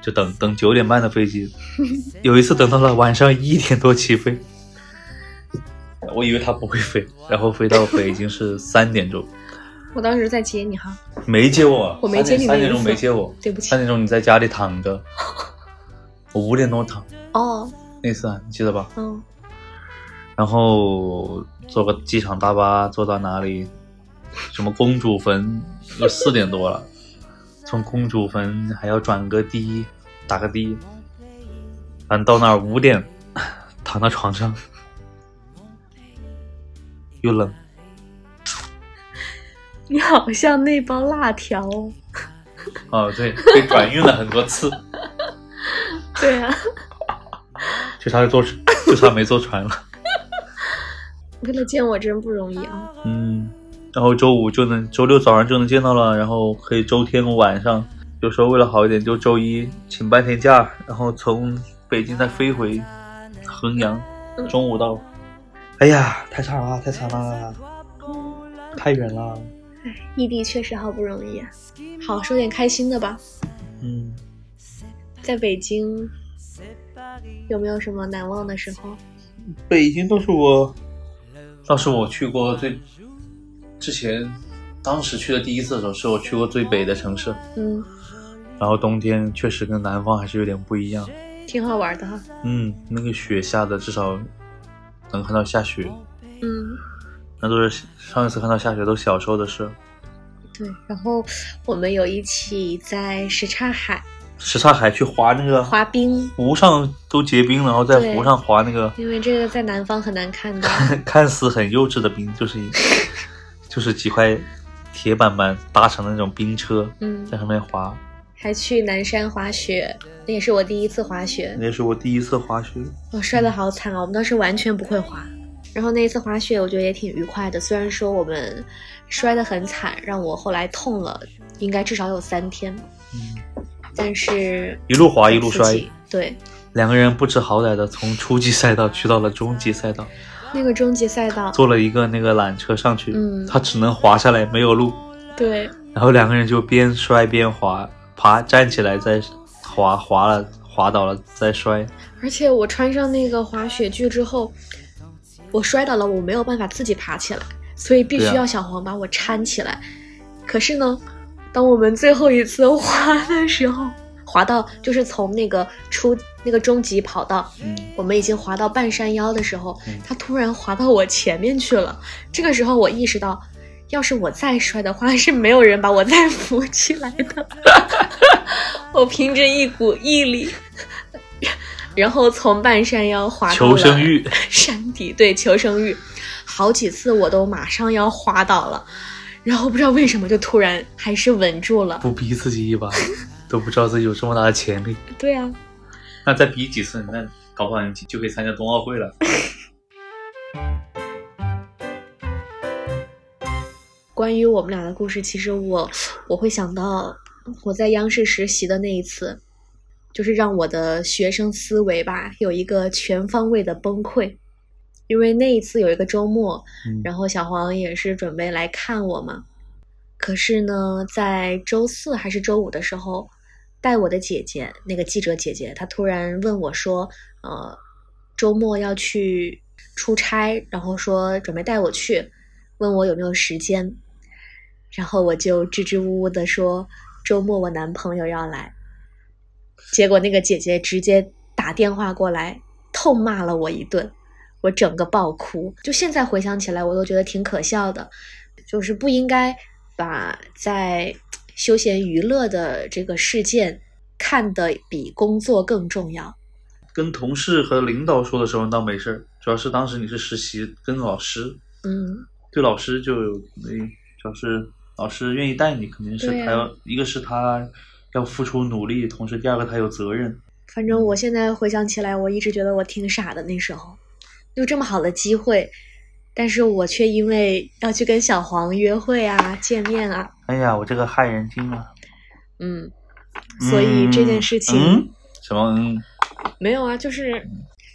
[SPEAKER 2] 就等等九点半的飞机。有一次等到了晚上一点多起飞，我以为它不会飞，然后飞到北京是三点钟，
[SPEAKER 1] 我当时在接你哈，
[SPEAKER 2] 没接我啊，
[SPEAKER 1] 我没接你那
[SPEAKER 2] 三点
[SPEAKER 1] 一
[SPEAKER 2] 钟
[SPEAKER 1] 次
[SPEAKER 2] 没接我，
[SPEAKER 1] 对不起
[SPEAKER 2] 三。点钟你在家里躺
[SPEAKER 1] (laughs)
[SPEAKER 2] 着，我五点多躺
[SPEAKER 1] 哦，
[SPEAKER 2] 那次啊，你记得吧？
[SPEAKER 1] 嗯，
[SPEAKER 2] 然后坐个机场大巴坐到哪里？什么公主坟？都四点多了，从公主坟还要转个的，打个的，反正到那儿五点，躺到床上，又冷，
[SPEAKER 1] 你好像那包辣条哦。
[SPEAKER 2] 哦 (laughs) 对，被转运了很多次，
[SPEAKER 1] 对 (laughs) 啊，
[SPEAKER 2] 就差坐，就差没坐船了。
[SPEAKER 1] 为了见我真不容易啊。
[SPEAKER 2] 嗯，然后周五就能，周六早上就能见到了，然后可以周天晚上，有时候为了好一点，就周一请半天假，然后从北京再飞回衡阳，中午到。哎呀，太长了，太长了，太远了。
[SPEAKER 1] 异地确实好不容易、啊。好，说点开心的吧。
[SPEAKER 2] 嗯，
[SPEAKER 1] 在北京有没有什么难忘的时候？
[SPEAKER 2] 北京倒是我，倒是我去过最，之前当时去的第一次的时候，是我去过最北的城市。
[SPEAKER 1] 嗯，
[SPEAKER 2] 然后冬天确实跟南方还是有点不一样。
[SPEAKER 1] 挺好玩的哈。
[SPEAKER 2] 嗯，那个雪下的至少能看到下雪，
[SPEAKER 1] 嗯，
[SPEAKER 2] 那都是上一次看到下雪都小时候的事。
[SPEAKER 1] 对。然后我们有一起在什刹海
[SPEAKER 2] 什刹海去滑那个
[SPEAKER 1] 滑冰，
[SPEAKER 2] 湖上都结冰了，然后在
[SPEAKER 1] 对
[SPEAKER 2] 湖上滑那个， (laughs)
[SPEAKER 1] 因为这个在南方很难看到。
[SPEAKER 2] 看似很幼稚的冰，就是一 (laughs) 就是几块铁板板搭成的那种冰车，
[SPEAKER 1] 嗯，
[SPEAKER 2] 在上面滑。
[SPEAKER 1] 还去南山滑雪，那也是我第一次滑雪。
[SPEAKER 2] 那是我第一次滑雪，
[SPEAKER 1] 我摔得好惨啊！我们当时完全不会滑，然后那一次滑雪，我觉得也挺愉快的。虽然说我们摔得很惨，让我后来痛了，应该至少有三天，
[SPEAKER 2] 嗯，
[SPEAKER 1] 但是
[SPEAKER 2] 一路滑一路摔
[SPEAKER 1] 自，己对，
[SPEAKER 2] 两个人不知好歹的从初级赛道去到了中级赛道，
[SPEAKER 1] 那个终极赛道，
[SPEAKER 2] 坐了一个那个缆车上去，
[SPEAKER 1] 嗯
[SPEAKER 2] 他只能滑下来，没有路。
[SPEAKER 1] 对
[SPEAKER 2] 然后两个人就边摔边滑，爬站起来再滑，滑了滑倒了再摔，
[SPEAKER 1] 而且我穿上那个滑雪具之后，我摔倒了，我没有办法自己爬起来，所以必须
[SPEAKER 2] 对啊
[SPEAKER 1] 要小黄把我搀起来。可是呢，当我们最后一次 (laughs) 滑的时候，滑到就是从那个出那个终极跑道，
[SPEAKER 2] 嗯，
[SPEAKER 1] 我们已经滑到半山腰的时候
[SPEAKER 2] 嗯，
[SPEAKER 1] 它突然滑到我前面去了。这个时候我意识到，要是我再摔的话，是没有人把我再扶起来的。 (laughs) 我凭着一股毅力，然后从半山腰滑到
[SPEAKER 2] 求
[SPEAKER 1] 了
[SPEAKER 2] 生欲，
[SPEAKER 1] 山底，对求生欲，好几次我都马上要滑倒了，然后不知道为什么就突然还是稳住了。
[SPEAKER 2] 不逼自己一把， (laughs) 都不知道自己有这么大的潜力。
[SPEAKER 1] 对啊，
[SPEAKER 2] 那再逼几次，那搞不好你就可以参加冬奥会了。
[SPEAKER 1] 关于我们俩的故事，其实我我会想到我在央视实习的那一次，就是让我的学生思维吧有一个全方位的崩溃。因为那一次有一个周末，
[SPEAKER 2] 嗯
[SPEAKER 1] 然后小黄也是准备来看我嘛，可是呢，在周四还是周五的时候，带我的姐姐，那个记者姐姐，她突然问我说，呃，周末要去出差，然后说准备带我去，问我有没有时间，然后我就支支吾吾的说，周末我男朋友要来，结果那个姐姐直接打电话过来，痛骂了我一顿，我整个爆哭，就现在回想起来，我都觉得挺可笑的，就是不应该把在。休闲娱乐的这个事件看得比工作更重要。
[SPEAKER 2] 跟同事和领导说的时候倒没事儿，主要是当时你是实习，跟老师，
[SPEAKER 1] 嗯，
[SPEAKER 2] 对老师就有那，主要是老师愿意带你，肯定是
[SPEAKER 1] 对啊
[SPEAKER 2] 还要一个是他要付出努力，同时第二个他有责任。
[SPEAKER 1] 反正我现在回想起来，我一直觉得我挺傻的。那时候有这么好的机会，但是我却因为要去跟小黄约会啊、见面啊，
[SPEAKER 2] 哎呀，我这个害人精啊！
[SPEAKER 1] 嗯，所以这件事情、
[SPEAKER 2] 嗯嗯什么嗯，
[SPEAKER 1] 没有啊，就是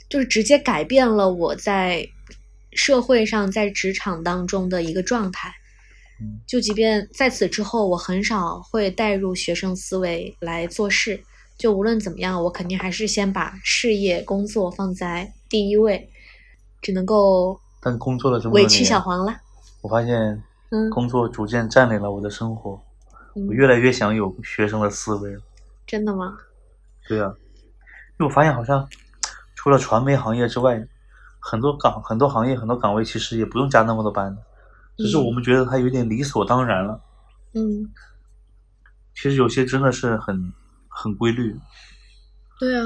[SPEAKER 1] 就是直接改变了我在社会上、在职场当中的一个状态
[SPEAKER 2] 嗯。
[SPEAKER 1] 就即便在此之后，我很少会带入学生思维来做事。就无论怎么样，我肯定还是先把事业、工作放在第一位，只能够
[SPEAKER 2] 但工作了这么多
[SPEAKER 1] 委
[SPEAKER 2] 年，
[SPEAKER 1] 屈小黄了。
[SPEAKER 2] 我发现
[SPEAKER 1] 嗯，
[SPEAKER 2] 工作逐渐占领了我的生活，
[SPEAKER 1] 嗯
[SPEAKER 2] 我越来越想有学生的思维了。
[SPEAKER 1] 真的吗？
[SPEAKER 2] 对啊，因为我发现好像除了传媒行业之外，很多岗、很多行业、很多岗位其实也不用加那么多班的，只是
[SPEAKER 1] 嗯
[SPEAKER 2] 我们觉得它有点理所当然了。
[SPEAKER 1] 嗯，
[SPEAKER 2] 其实有些真的是很很规律。
[SPEAKER 1] 对啊，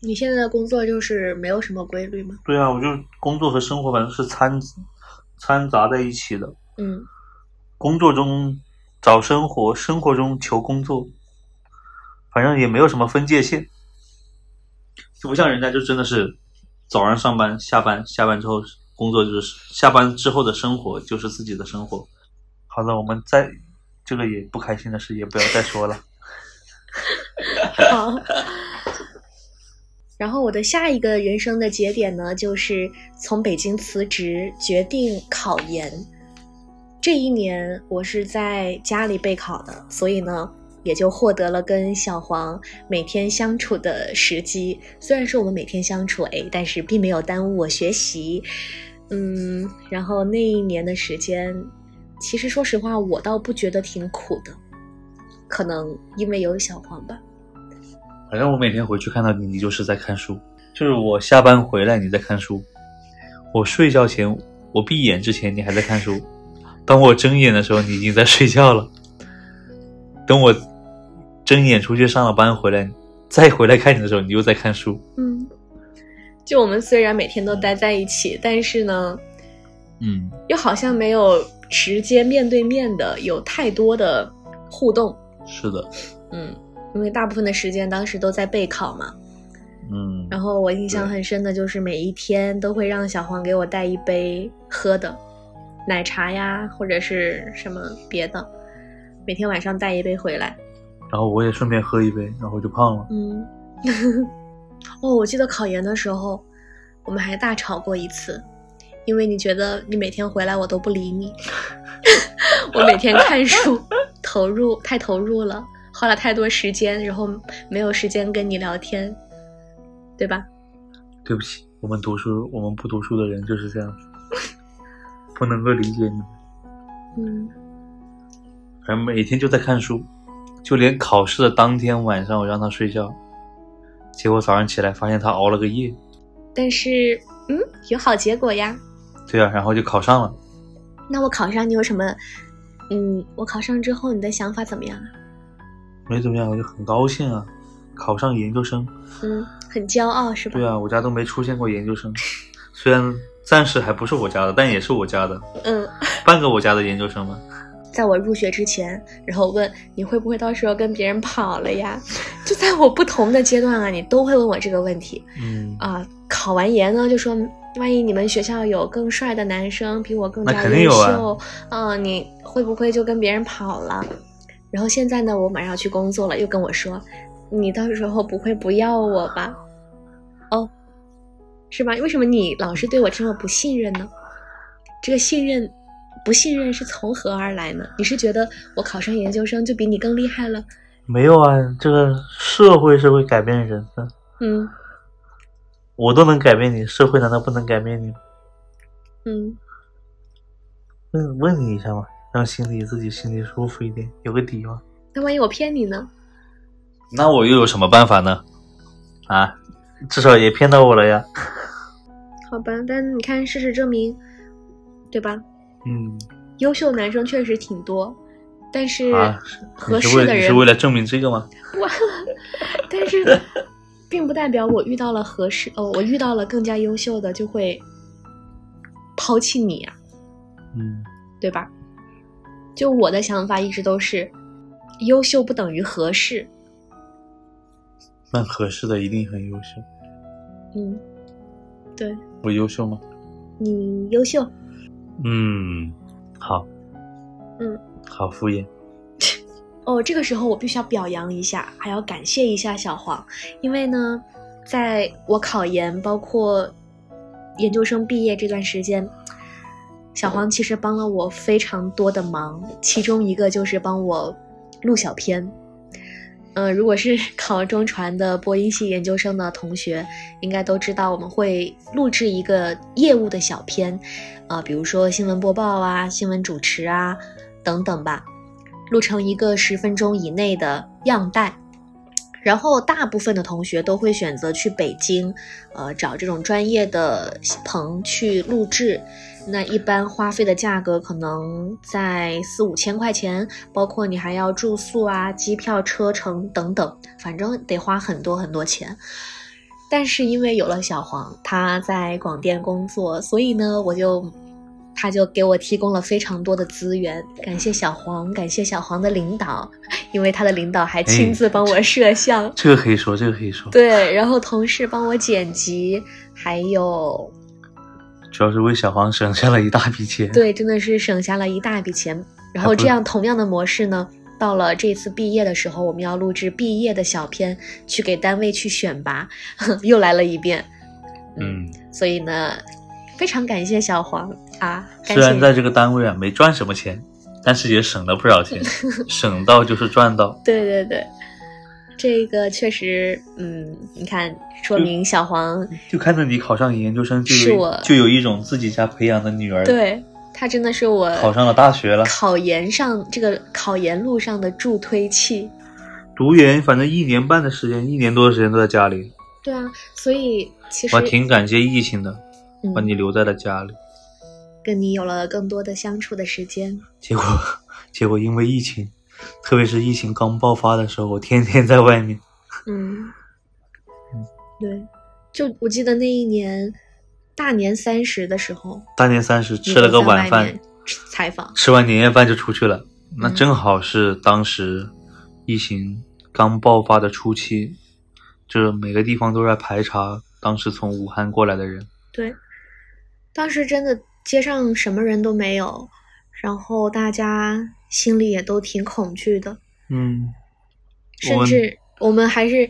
[SPEAKER 1] 你现在的工作就是没有什么规律吗？
[SPEAKER 2] 对啊，我就工作和生活反正是掺掺杂在一起的，
[SPEAKER 1] 嗯，
[SPEAKER 2] 工作中找生活，生活中求工作，反正也没有什么分界线，就不像人家就真的是早上上班，下班，下班之后工作就是下班之后的生活就是自己的生活。好了，我们再这个也不开心的事也不要再说了。
[SPEAKER 1] 好。 (laughs) 然后我的下一个人生的节点呢，就是从北京辞职，决定考研。这一年我是在家里备考的，所以呢，也就获得了跟小黄每天相处的时机。虽然说我们每天相处，哎，但是并没有耽误我学习。嗯，然后那一年的时间，其实说实话，我倒不觉得挺苦的，可能因为有小黄吧。
[SPEAKER 2] 反正我每天回去看到你，你就是在看书，就是我下班回来你在看书，我睡觉前我闭眼之前你还在看书，当我睁眼的时候你已经在睡觉了，等我睁眼出去上了班回来再回来看你的时候你又在看书，
[SPEAKER 1] 嗯，就我们虽然每天都待在一起，但是呢，
[SPEAKER 2] 嗯，
[SPEAKER 1] 又好像没有直接面对面的有太多的互动。
[SPEAKER 2] 是的，
[SPEAKER 1] 嗯，因为大部分的时间当时都在备考嘛。
[SPEAKER 2] 嗯，
[SPEAKER 1] 然后我印象
[SPEAKER 2] 对
[SPEAKER 1] 很深的就是每一天都会让小黄给我带一杯喝的，奶茶呀或者是什么别的，每天晚上带一杯回来。
[SPEAKER 2] 然后我也顺便喝一杯，然后就胖了，
[SPEAKER 1] 嗯， (laughs) 哦，我记得考研的时候，我们还大吵过一次，因为你觉得你每天回来我都不理你， (laughs) 我每天看书投入太投入了，花了太多时间，然后没有时间跟你聊天，对吧？
[SPEAKER 2] 对不起，我们读书我们不读书的人就是这样 (laughs) 子，不能够理解你。
[SPEAKER 1] 嗯，
[SPEAKER 2] 反正每天就在看书，就连考试的当天晚上我让他睡觉，结果早上起来发现他熬了个夜，
[SPEAKER 1] 但是嗯，有好结果呀。
[SPEAKER 2] 对啊，然后就考上了。
[SPEAKER 1] 那我考上你有什么？嗯，我考上之后你的想法怎么样啊？
[SPEAKER 2] 没怎么样，我就很高兴啊，考上研究生。
[SPEAKER 1] 嗯，很骄傲是吧？
[SPEAKER 2] 对啊，我家都没出现过研究生，虽然暂时还不是我家的，但也是我家的，
[SPEAKER 1] 嗯。
[SPEAKER 2] 半个我家的研究生嘛。
[SPEAKER 1] 在我入学之前，然后问你会不会到时候跟别人跑了呀？就在我不同的阶段啊，你都会问我这个问题
[SPEAKER 2] 嗯，
[SPEAKER 1] 啊。考完研呢，就说万一你们学校有更帅的男生比我更
[SPEAKER 2] 那
[SPEAKER 1] 加
[SPEAKER 2] 肯定
[SPEAKER 1] 优
[SPEAKER 2] 有啊
[SPEAKER 1] 秀，嗯、你会不会就跟别人跑了？然后现在呢，我马上要去工作了，又跟我说，你到时候不会不要我吧？哦，是吧？为什么你老是对我这么不信任呢？这个信任、不信任是从何而来呢？你是觉得我考上研究生就比你更厉害了？
[SPEAKER 2] 没有啊，这个社会是会改变人的，
[SPEAKER 1] 嗯
[SPEAKER 2] 我都能改变你，社会难道不能改变你吗？
[SPEAKER 1] 嗯
[SPEAKER 2] 问问你一下嘛，让心里自己心里舒服一点，有个底嘛。
[SPEAKER 1] 那万一我骗你呢？
[SPEAKER 2] 那我又有什么办法呢？啊，至少也骗到我了呀。
[SPEAKER 1] 好吧，但你看，事实证明，对吧？
[SPEAKER 2] 嗯，
[SPEAKER 1] 优秀男生确实挺多，但是
[SPEAKER 2] 啊
[SPEAKER 1] 合
[SPEAKER 2] 你是
[SPEAKER 1] 适
[SPEAKER 2] 为
[SPEAKER 1] 的
[SPEAKER 2] 你
[SPEAKER 1] 人
[SPEAKER 2] 是为了证明这个吗？
[SPEAKER 1] 不， (laughs) 但是并不代表我遇到了合适哦，我遇到了更加优秀的就会抛弃你呀、
[SPEAKER 2] 嗯
[SPEAKER 1] 对吧？就我的想法一直都是，优秀不等于合适，
[SPEAKER 2] 那合适的一定很优秀。
[SPEAKER 1] 嗯，对
[SPEAKER 2] 我优秀吗？
[SPEAKER 1] 你优秀，
[SPEAKER 2] 嗯，好。
[SPEAKER 1] 嗯，
[SPEAKER 2] 好敷衍。
[SPEAKER 1] 哦，这个时候我必须要表扬一下，还要感谢一下小黄，因为呢，在我考研包括研究生毕业这段时间，小黄其实帮了我非常多的忙，其中一个就是帮我录小片。嗯、如果是 (laughs) 考中传的播音系研究生的同学，应该都知道我们会录制一个业务的小片，啊、比如说新闻播报啊、新闻主持啊等等吧。录成一个十分钟以内的样带。然后大部分的同学都会选择去北京，呃，找这种专业的棚去录制。那一般花费的价格可能在四五千块钱，包括你还要住宿啊、机票、车程等等，反正得花很多很多钱。但是因为有了小黄，他在广电工作，所以呢，我就他就给我提供了非常多的资源，感谢小黄，感谢小黄的领导，因为他的领导还亲自帮我摄像。
[SPEAKER 2] 这个可以说，这个可以说。
[SPEAKER 1] 对，然后同事帮我剪辑，还有
[SPEAKER 2] 主要是为小黄省下了一大笔钱。，
[SPEAKER 1] 对，真的是省下了一大笔钱。然后
[SPEAKER 2] 还不
[SPEAKER 1] 这样同样的模式呢，到了这次毕业的时候，我们要录制毕业的小片，去给单位去选拔， (laughs) 又来了一遍。，
[SPEAKER 2] 嗯，
[SPEAKER 1] 所以呢，非常感谢小黄啊，感
[SPEAKER 2] 虽然
[SPEAKER 1] 谢
[SPEAKER 2] 在这个单位啊没赚什么钱，但是也省了不
[SPEAKER 1] (laughs)
[SPEAKER 2] 少钱，省到就是赚到。
[SPEAKER 1] 对对对，这个确实，嗯，你看，说明小黄
[SPEAKER 2] 就看着你考上研究生，就是有
[SPEAKER 1] 我
[SPEAKER 2] 就有一种自己家培养的女儿，，
[SPEAKER 1] 对他真的是我
[SPEAKER 2] 考上了大学了。
[SPEAKER 1] 考研上这个考研路上的助推器。
[SPEAKER 2] 读研反正一年半的时间，一年多的时间都在家里，
[SPEAKER 1] 对啊，所以其实
[SPEAKER 2] 我还挺感谢疫情的，把
[SPEAKER 1] 嗯，
[SPEAKER 2] 你留在了家里。
[SPEAKER 1] 跟你有了更多的相处的时间。
[SPEAKER 2] 结果， (laughs) 结果因为疫情，特别是疫情刚爆发的时候，我天天在外面。
[SPEAKER 1] 嗯，
[SPEAKER 2] 嗯
[SPEAKER 1] 对，就我记得那一年大年三十的时候，
[SPEAKER 2] 大年三十
[SPEAKER 1] 你
[SPEAKER 2] 吃了
[SPEAKER 1] 都
[SPEAKER 2] 个
[SPEAKER 1] 在
[SPEAKER 2] 晚
[SPEAKER 1] 外
[SPEAKER 2] 饭
[SPEAKER 1] 面，吃采访。
[SPEAKER 2] 吃完年夜饭就出去了，那
[SPEAKER 1] 嗯
[SPEAKER 2] 正好是当时疫情刚爆发的初期，就是每个地方都在排查当时从武汉过来的人。
[SPEAKER 1] 对，当时真的街上什么人都没有，然后大家心里也都挺恐惧的，
[SPEAKER 2] 嗯，我
[SPEAKER 1] 甚
[SPEAKER 2] 们
[SPEAKER 1] 至我们还是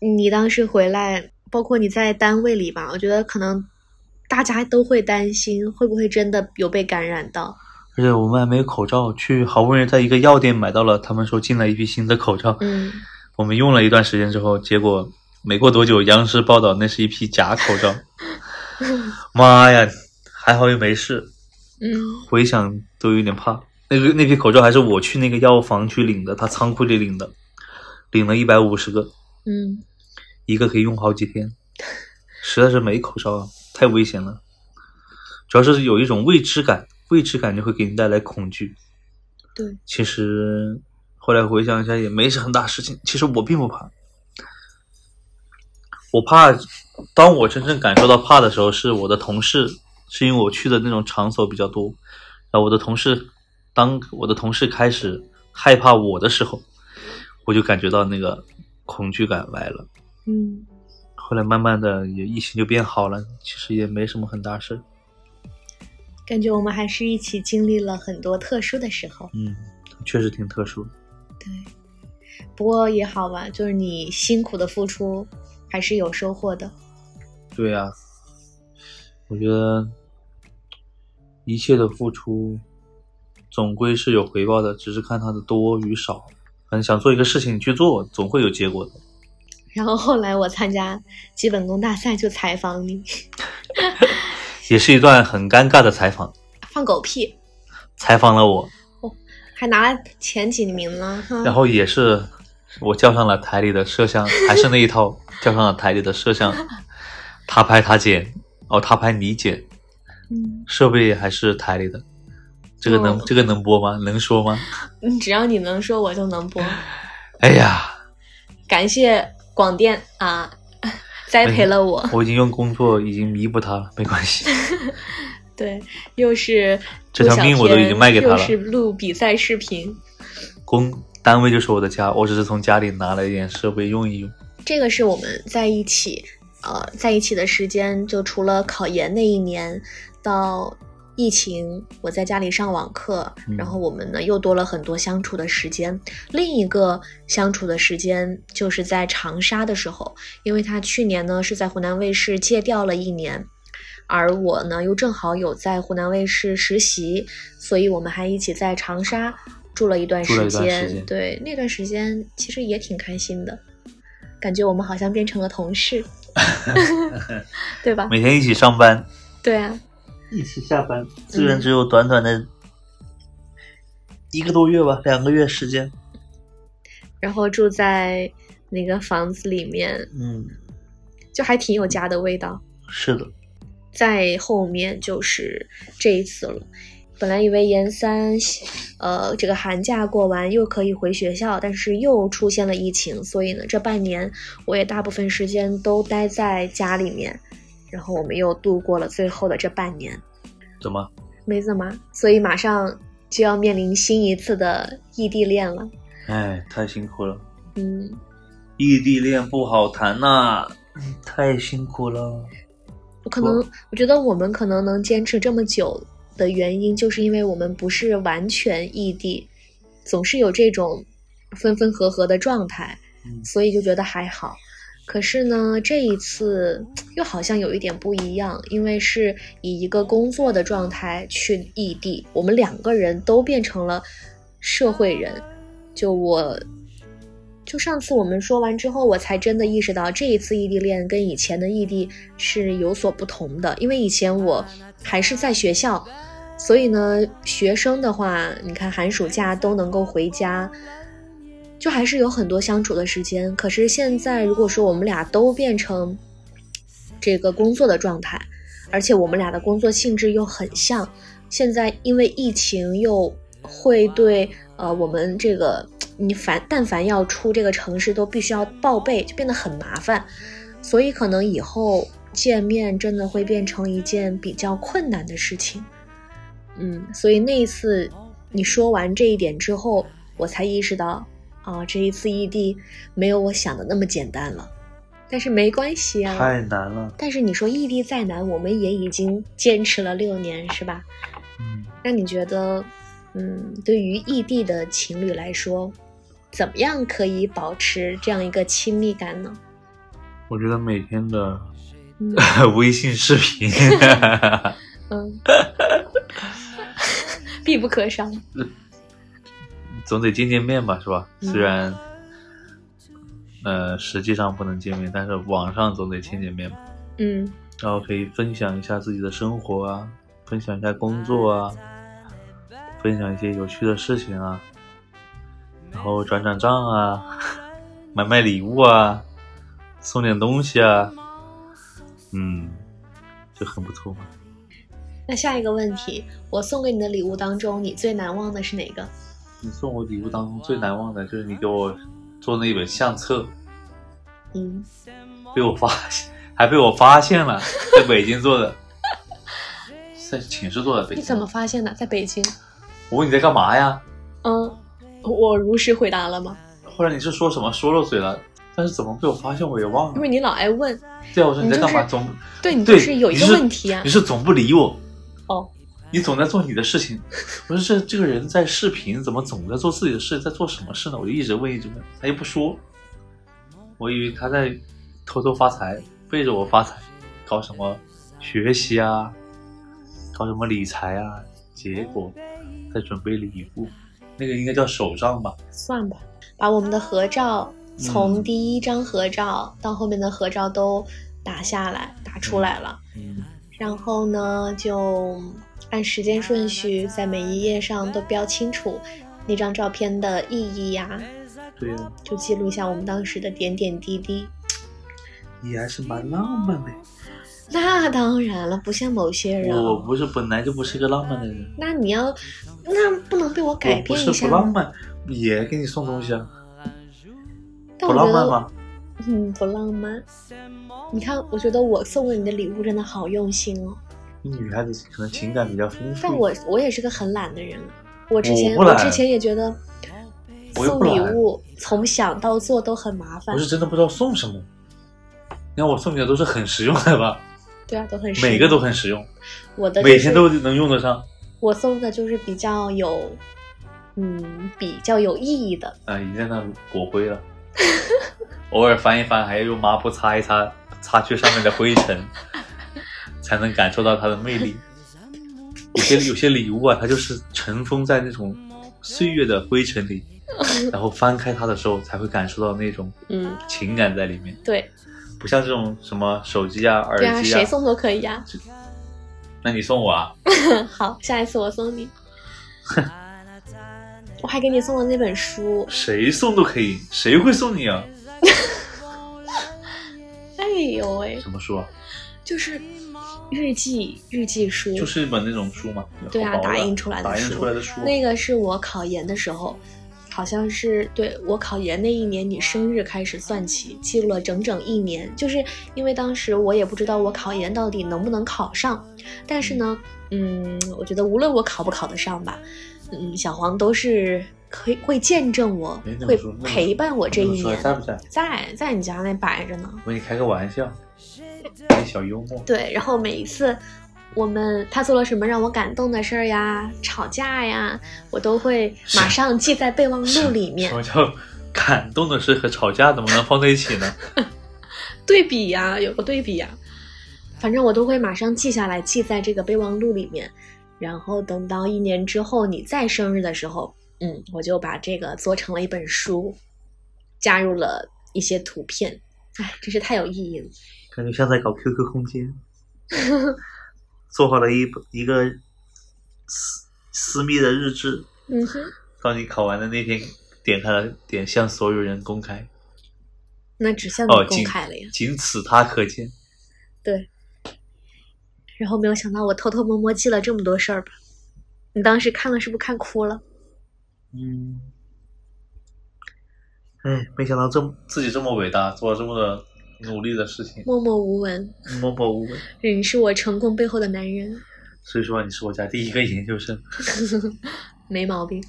[SPEAKER 1] 你当时回来，包括你在单位里吧，我觉得可能大家都会担心会不会真的有被感染到。
[SPEAKER 2] 而且我们还没有口罩，去好不容易在一个药店买到了，他们说进了一批新的口罩，
[SPEAKER 1] 嗯，
[SPEAKER 2] 我们用了一段时间之后，结果没过多久，央视报道那是一批假口罩，妈呀，还好又没事，
[SPEAKER 1] 嗯，
[SPEAKER 2] 回想都有点怕。那个那批口罩还是我去那个药房去领的，他仓库里领的，领了一百五十个，
[SPEAKER 1] 嗯，
[SPEAKER 2] 一个可以用好几天，实在是没口罩啊，太危险了。主要是有一种未知感，未知感就会给你带来恐惧。
[SPEAKER 1] 对，
[SPEAKER 2] 其实后来回想一下，也没是很大事情。其实我并不怕，我怕。当我真正感受到怕的时候，是我的同事，是因为我去的那种场所比较多，然后我的同事，当我的同事开始害怕我的时候，我就感觉到那个恐惧感来了。
[SPEAKER 1] 嗯，
[SPEAKER 2] 后来慢慢的也疫情就变好了，其实也没什么很大事儿。
[SPEAKER 1] 感觉我们还是一起经历了很多特殊的时候。
[SPEAKER 2] 嗯，确实挺特殊的。
[SPEAKER 1] 对，不过也好吧，就是你辛苦的付出还是有收获的。
[SPEAKER 2] 对呀、我觉得一切的付出总归是有回报的，只是看它的多与少。正想做一个事情，你去做，总会有结果的。
[SPEAKER 1] 然后后来我参加基本功大赛就采访你，
[SPEAKER 2] 也是一段很尴尬的采访，
[SPEAKER 1] 放狗屁，
[SPEAKER 2] 采访了我，
[SPEAKER 1] 还拿了前几名了哈。
[SPEAKER 2] 然后也是我叫上了台里的摄像，还是那一套，叫上了台里的摄像，他拍他剪，哦，他拍你剪，
[SPEAKER 1] 嗯，
[SPEAKER 2] 设备还是台里的，这个能、
[SPEAKER 1] 哦
[SPEAKER 2] 这个能播吗？能说吗？
[SPEAKER 1] 嗯只要你能说，我就能
[SPEAKER 2] (laughs)
[SPEAKER 1] 播。
[SPEAKER 2] 哎呀，
[SPEAKER 1] 感谢广电啊，栽培了我。
[SPEAKER 2] 我已经用工作已经弥补他了，没关系。 (laughs)
[SPEAKER 1] 对，又是
[SPEAKER 2] 这条
[SPEAKER 1] 录小
[SPEAKER 2] 命我都已
[SPEAKER 1] 片
[SPEAKER 2] 经卖给他
[SPEAKER 1] 又
[SPEAKER 2] 了
[SPEAKER 1] 是录比赛视频，
[SPEAKER 2] 工单位就是我的家，我只是从家里拿了一点设备用一用。
[SPEAKER 1] 这个是我们在一起，呃，在一起的时间，就除了考研那一年到疫情，我在家里上网课，
[SPEAKER 2] 嗯
[SPEAKER 1] 然后我们呢又多了很多相处的时间。另一个相处的时间就是在长沙的时候，因为他去年呢是在湖南卫视借调了一年。而我呢，又正好有在湖南卫视实习，所以我们还一起在长沙住了一段
[SPEAKER 2] 住了一段时间
[SPEAKER 1] 对，那段时间其实也挺开心的。感觉我们好像变成了同事，对吧？
[SPEAKER 2] 每天一起上班，
[SPEAKER 1] 对啊，
[SPEAKER 2] 一起下班，
[SPEAKER 1] 虽然只
[SPEAKER 2] 有短短的一个多月吧，两个月时间。
[SPEAKER 1] 然后住在那个房子里面，
[SPEAKER 2] 嗯，
[SPEAKER 1] 就还挺有家的味道。
[SPEAKER 2] 是的，
[SPEAKER 1] 在后面就是这一次了。本来以为研三，呃，这个寒假过完又可以回学校，但是又出现了疫情，所以呢，这半年我也大部分时间都待在家里面，然后我们又度过了最后的这半年，
[SPEAKER 2] 怎么？
[SPEAKER 1] 没怎么，所以马上就要面临新一次的异地恋了。
[SPEAKER 2] 哎，太辛苦了，
[SPEAKER 1] 嗯，
[SPEAKER 2] 异地恋不好谈呐、太辛苦了。
[SPEAKER 1] 我可能我觉得我们可能能坚持这么久的原因，就是因为我们不是完全异地，总是有这种分分合合的状态，
[SPEAKER 2] 嗯
[SPEAKER 1] 所以就觉得还好。可是呢，这一次又好像有一点不一样，因为是以一个工作的状态去异地，我们两个人都变成了社会人。就我，就上次我们说完之后，我才真的意识到，这一次异地恋跟以前的异地是有所不同的，因为以前我还是在学校，所以呢，学生的话，你看寒暑假都能够回家，就还是有很多相处的时间。可是现在，如果说我们俩都变成这个工作的状态，而且我们俩的工作性质又很像，现在因为疫情又会对呃我们这个你凡但凡要出这个城市都必须要报备，就变得很麻烦，所以可能以后见面真的会变成一件比较困难的事情。嗯，所以那一次你说完这一点之后，我才意识到啊、这一次异地没有我想的那么简单了。但是没关系啊，
[SPEAKER 2] 太难了，
[SPEAKER 1] 但是你说异地再难，我们也已经坚持了六年，是吧？
[SPEAKER 2] 嗯，
[SPEAKER 1] 那你觉得，嗯，对于异地的情侣来说，怎么样可以保持这样一个亲密感呢？
[SPEAKER 2] 我觉得每天的
[SPEAKER 1] 嗯
[SPEAKER 2] (laughs) 微信视频 (laughs)
[SPEAKER 1] 嗯，必不可少。
[SPEAKER 2] 总得见见面吧，是吧？
[SPEAKER 1] 嗯
[SPEAKER 2] 虽然，呃，实际上不能见面，但是网上总得见见面吧。
[SPEAKER 1] 嗯
[SPEAKER 2] 然后可以分享一下自己的生活啊，分享一下工作啊，分享一些有趣的事情啊，然后转转账啊， (laughs) 买买礼物啊，送点东西啊，嗯，就很不错嘛。
[SPEAKER 1] 那下一个问题，我送给你的礼物当中，你最难忘的是哪个？
[SPEAKER 2] 你送我礼物当中最难忘的就是你给我做那一本相册，
[SPEAKER 1] 嗯，
[SPEAKER 2] 被我发现，还被我发现了，在北京做的，在寝室做的。
[SPEAKER 1] 你
[SPEAKER 2] 北京啊
[SPEAKER 1] 怎么？发现的？在北京。
[SPEAKER 2] 我问你在干嘛呀？
[SPEAKER 1] 嗯，我如实回答了吗？
[SPEAKER 2] 后来你是说什么说漏嘴了？但是怎么被我发现我也忘
[SPEAKER 1] 因
[SPEAKER 2] 了。
[SPEAKER 1] 为你老爱问，
[SPEAKER 2] 对啊，我说你在干嘛？
[SPEAKER 1] 你就是
[SPEAKER 2] 总
[SPEAKER 1] 对你
[SPEAKER 2] 对
[SPEAKER 1] 就是有一个
[SPEAKER 2] 你是
[SPEAKER 1] 问题啊
[SPEAKER 2] 你。是总不理我，
[SPEAKER 1] 哦，
[SPEAKER 2] 你总在做你的事情。我说这这个人在视频怎么总在做自己的事，在做什么事呢？我就一直问一直问，他又不说。我以为他在偷偷发财，背着我发财，搞什么学习啊，搞什么理财啊，结果在准备礼物，那个应该叫手账吧？
[SPEAKER 1] 算吧。把我们的合
[SPEAKER 2] 哦
[SPEAKER 1] 照
[SPEAKER 2] 嗯
[SPEAKER 1] 从第一张合照到后面的合照都打下来、打出来了。
[SPEAKER 2] 嗯
[SPEAKER 1] 然后呢，就按时间顺序在每一页上都标清楚那张照片的意义呀、
[SPEAKER 2] 对啊呀、
[SPEAKER 1] 就记录一下我们当时的点点滴滴。
[SPEAKER 2] 你还是蛮浪漫的。
[SPEAKER 1] 那当然了，不像某些人。哦
[SPEAKER 2] 我不是本来就不是个浪漫的人，
[SPEAKER 1] 那你要，那不能被我改
[SPEAKER 2] 我不
[SPEAKER 1] 变
[SPEAKER 2] 是
[SPEAKER 1] 一下
[SPEAKER 2] 不
[SPEAKER 1] 吗？哦
[SPEAKER 2] 浪漫，也给你送东西啊，
[SPEAKER 1] 但
[SPEAKER 2] 不
[SPEAKER 1] 我
[SPEAKER 2] 浪
[SPEAKER 1] 觉得
[SPEAKER 2] 漫吗？
[SPEAKER 1] 嗯，不浪漫。你看，我觉得我送给你的礼物真的好用心哦。
[SPEAKER 2] 你女孩子可能情感比较丰富。
[SPEAKER 1] 但我我也是个很懒的人，我之前
[SPEAKER 2] 嗯
[SPEAKER 1] 我
[SPEAKER 2] 我不懒
[SPEAKER 1] 之前也觉得
[SPEAKER 2] 我又
[SPEAKER 1] 送
[SPEAKER 2] 不懒
[SPEAKER 1] 礼物从想到做都很麻烦
[SPEAKER 2] 我，是真的不知道送什么。你看我送你的都是很实用的吧，
[SPEAKER 1] 对啊，都很实
[SPEAKER 2] 每
[SPEAKER 1] 用
[SPEAKER 2] 个都很实用，
[SPEAKER 1] 我的、就是、
[SPEAKER 2] 每天都能用得上。
[SPEAKER 1] 我送的就是比较有，嗯，比较有意义的。
[SPEAKER 2] 啊，已经在那裹灰了， (laughs) 偶尔翻一翻，还要用抹布擦一擦，擦去上面的
[SPEAKER 1] (laughs)
[SPEAKER 2] 灰尘，才能感受到它的魅力。有些有些礼物啊，它就是尘封在那种岁月的灰尘
[SPEAKER 1] (laughs)
[SPEAKER 2] 里，然后翻开它的时候才会感受到那种
[SPEAKER 1] 嗯，
[SPEAKER 2] 情感在里面，
[SPEAKER 1] 对，
[SPEAKER 2] 不像这种什么手机啊、耳
[SPEAKER 1] 对啊，
[SPEAKER 2] 机啊
[SPEAKER 1] 谁。送都可以呀、 (laughs)
[SPEAKER 2] 那你送我啊？
[SPEAKER 1] 好，下一次我
[SPEAKER 2] (laughs)
[SPEAKER 1] 送你。我还给你送了那本书，
[SPEAKER 2] 谁送都可以，谁会送你啊？
[SPEAKER 1] 哎呦喂，
[SPEAKER 2] 什么书啊？
[SPEAKER 1] 就是日记日记书，
[SPEAKER 2] 就是一本那种书嘛。
[SPEAKER 1] 对啊
[SPEAKER 2] 厚薄
[SPEAKER 1] 打印出来的
[SPEAKER 2] 打印
[SPEAKER 1] 书
[SPEAKER 2] 出来的书。
[SPEAKER 1] 那个是我考研的时候，好像是对我考研那一年你生日开始算起，记录了整整一年。就是因为当时我也不知道我考研到底能不能考上，但是呢，嗯，我觉得无论我考不考得上吧，嗯，小黄都是可以会见证我
[SPEAKER 2] 哎那，么
[SPEAKER 1] 会
[SPEAKER 2] 说那么
[SPEAKER 1] 陪
[SPEAKER 2] 说
[SPEAKER 1] 伴我这
[SPEAKER 2] 那么
[SPEAKER 1] 一
[SPEAKER 2] 说
[SPEAKER 1] 年，
[SPEAKER 2] 在不在？
[SPEAKER 1] 在在你家那摆着呢。
[SPEAKER 2] 我给你开个玩笑，开小幽默。
[SPEAKER 1] 对，然后每一次我们他做了什么让我感动的事儿呀，吵架呀，我都会马上记在备忘录里面
[SPEAKER 2] 什么叫感动的事和吵架怎么能放在一起呢？
[SPEAKER 1] 对比呀，有个对比呀。反正我都会马上记下来，记在这个备忘录里面，然后等到一年之后你再生日的时候，嗯，我就把这个做成了一本书，加入了一些图片，哎，真是太有意义了。
[SPEAKER 2] 感觉像在搞 QQ 空间，做好了一本一个私私密的日志，
[SPEAKER 1] 嗯哼，
[SPEAKER 2] 到你考完的那天点开了，点向所有人公开，
[SPEAKER 1] 那指向你
[SPEAKER 2] 哦
[SPEAKER 1] 公
[SPEAKER 2] 仅
[SPEAKER 1] 开了呀。
[SPEAKER 2] 仅此他可见。
[SPEAKER 1] 对。然后没有想到我偷偷摸摸记了这么多事儿吧？你当时看了是不是看哭了？
[SPEAKER 2] 嗯，哎，没想到这么自己这么伟大，做了这么的努力的事情，
[SPEAKER 1] 默默无闻，
[SPEAKER 2] 默默无闻。
[SPEAKER 1] 你是我成功背后的男人，
[SPEAKER 2] 所以说，啊你是我家第一个研究生。
[SPEAKER 1] 没毛病。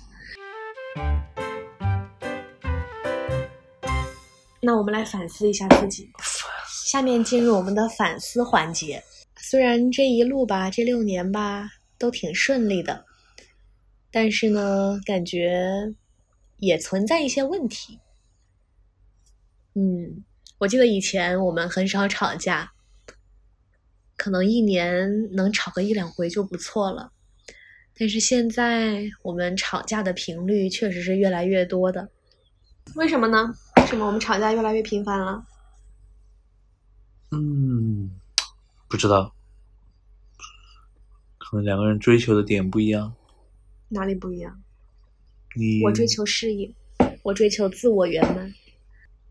[SPEAKER 1] 那我们来反思一下自己。下面进入我们的反思环节。虽然这一路吧，这六年吧，都挺顺利的，但是呢，感觉也存在一些问题。嗯，我记得以前我们很少吵架，可能一年能吵个一两回就不错了。但是现在我们吵架的频率确实是越来越多的，为什么呢？为什么我们吵架越来越频繁了？
[SPEAKER 2] 嗯，不知道，可能两个人追求的点不一样。
[SPEAKER 1] 哪里不一样？
[SPEAKER 2] 你
[SPEAKER 1] 我追，求事业，我追求自我圆满。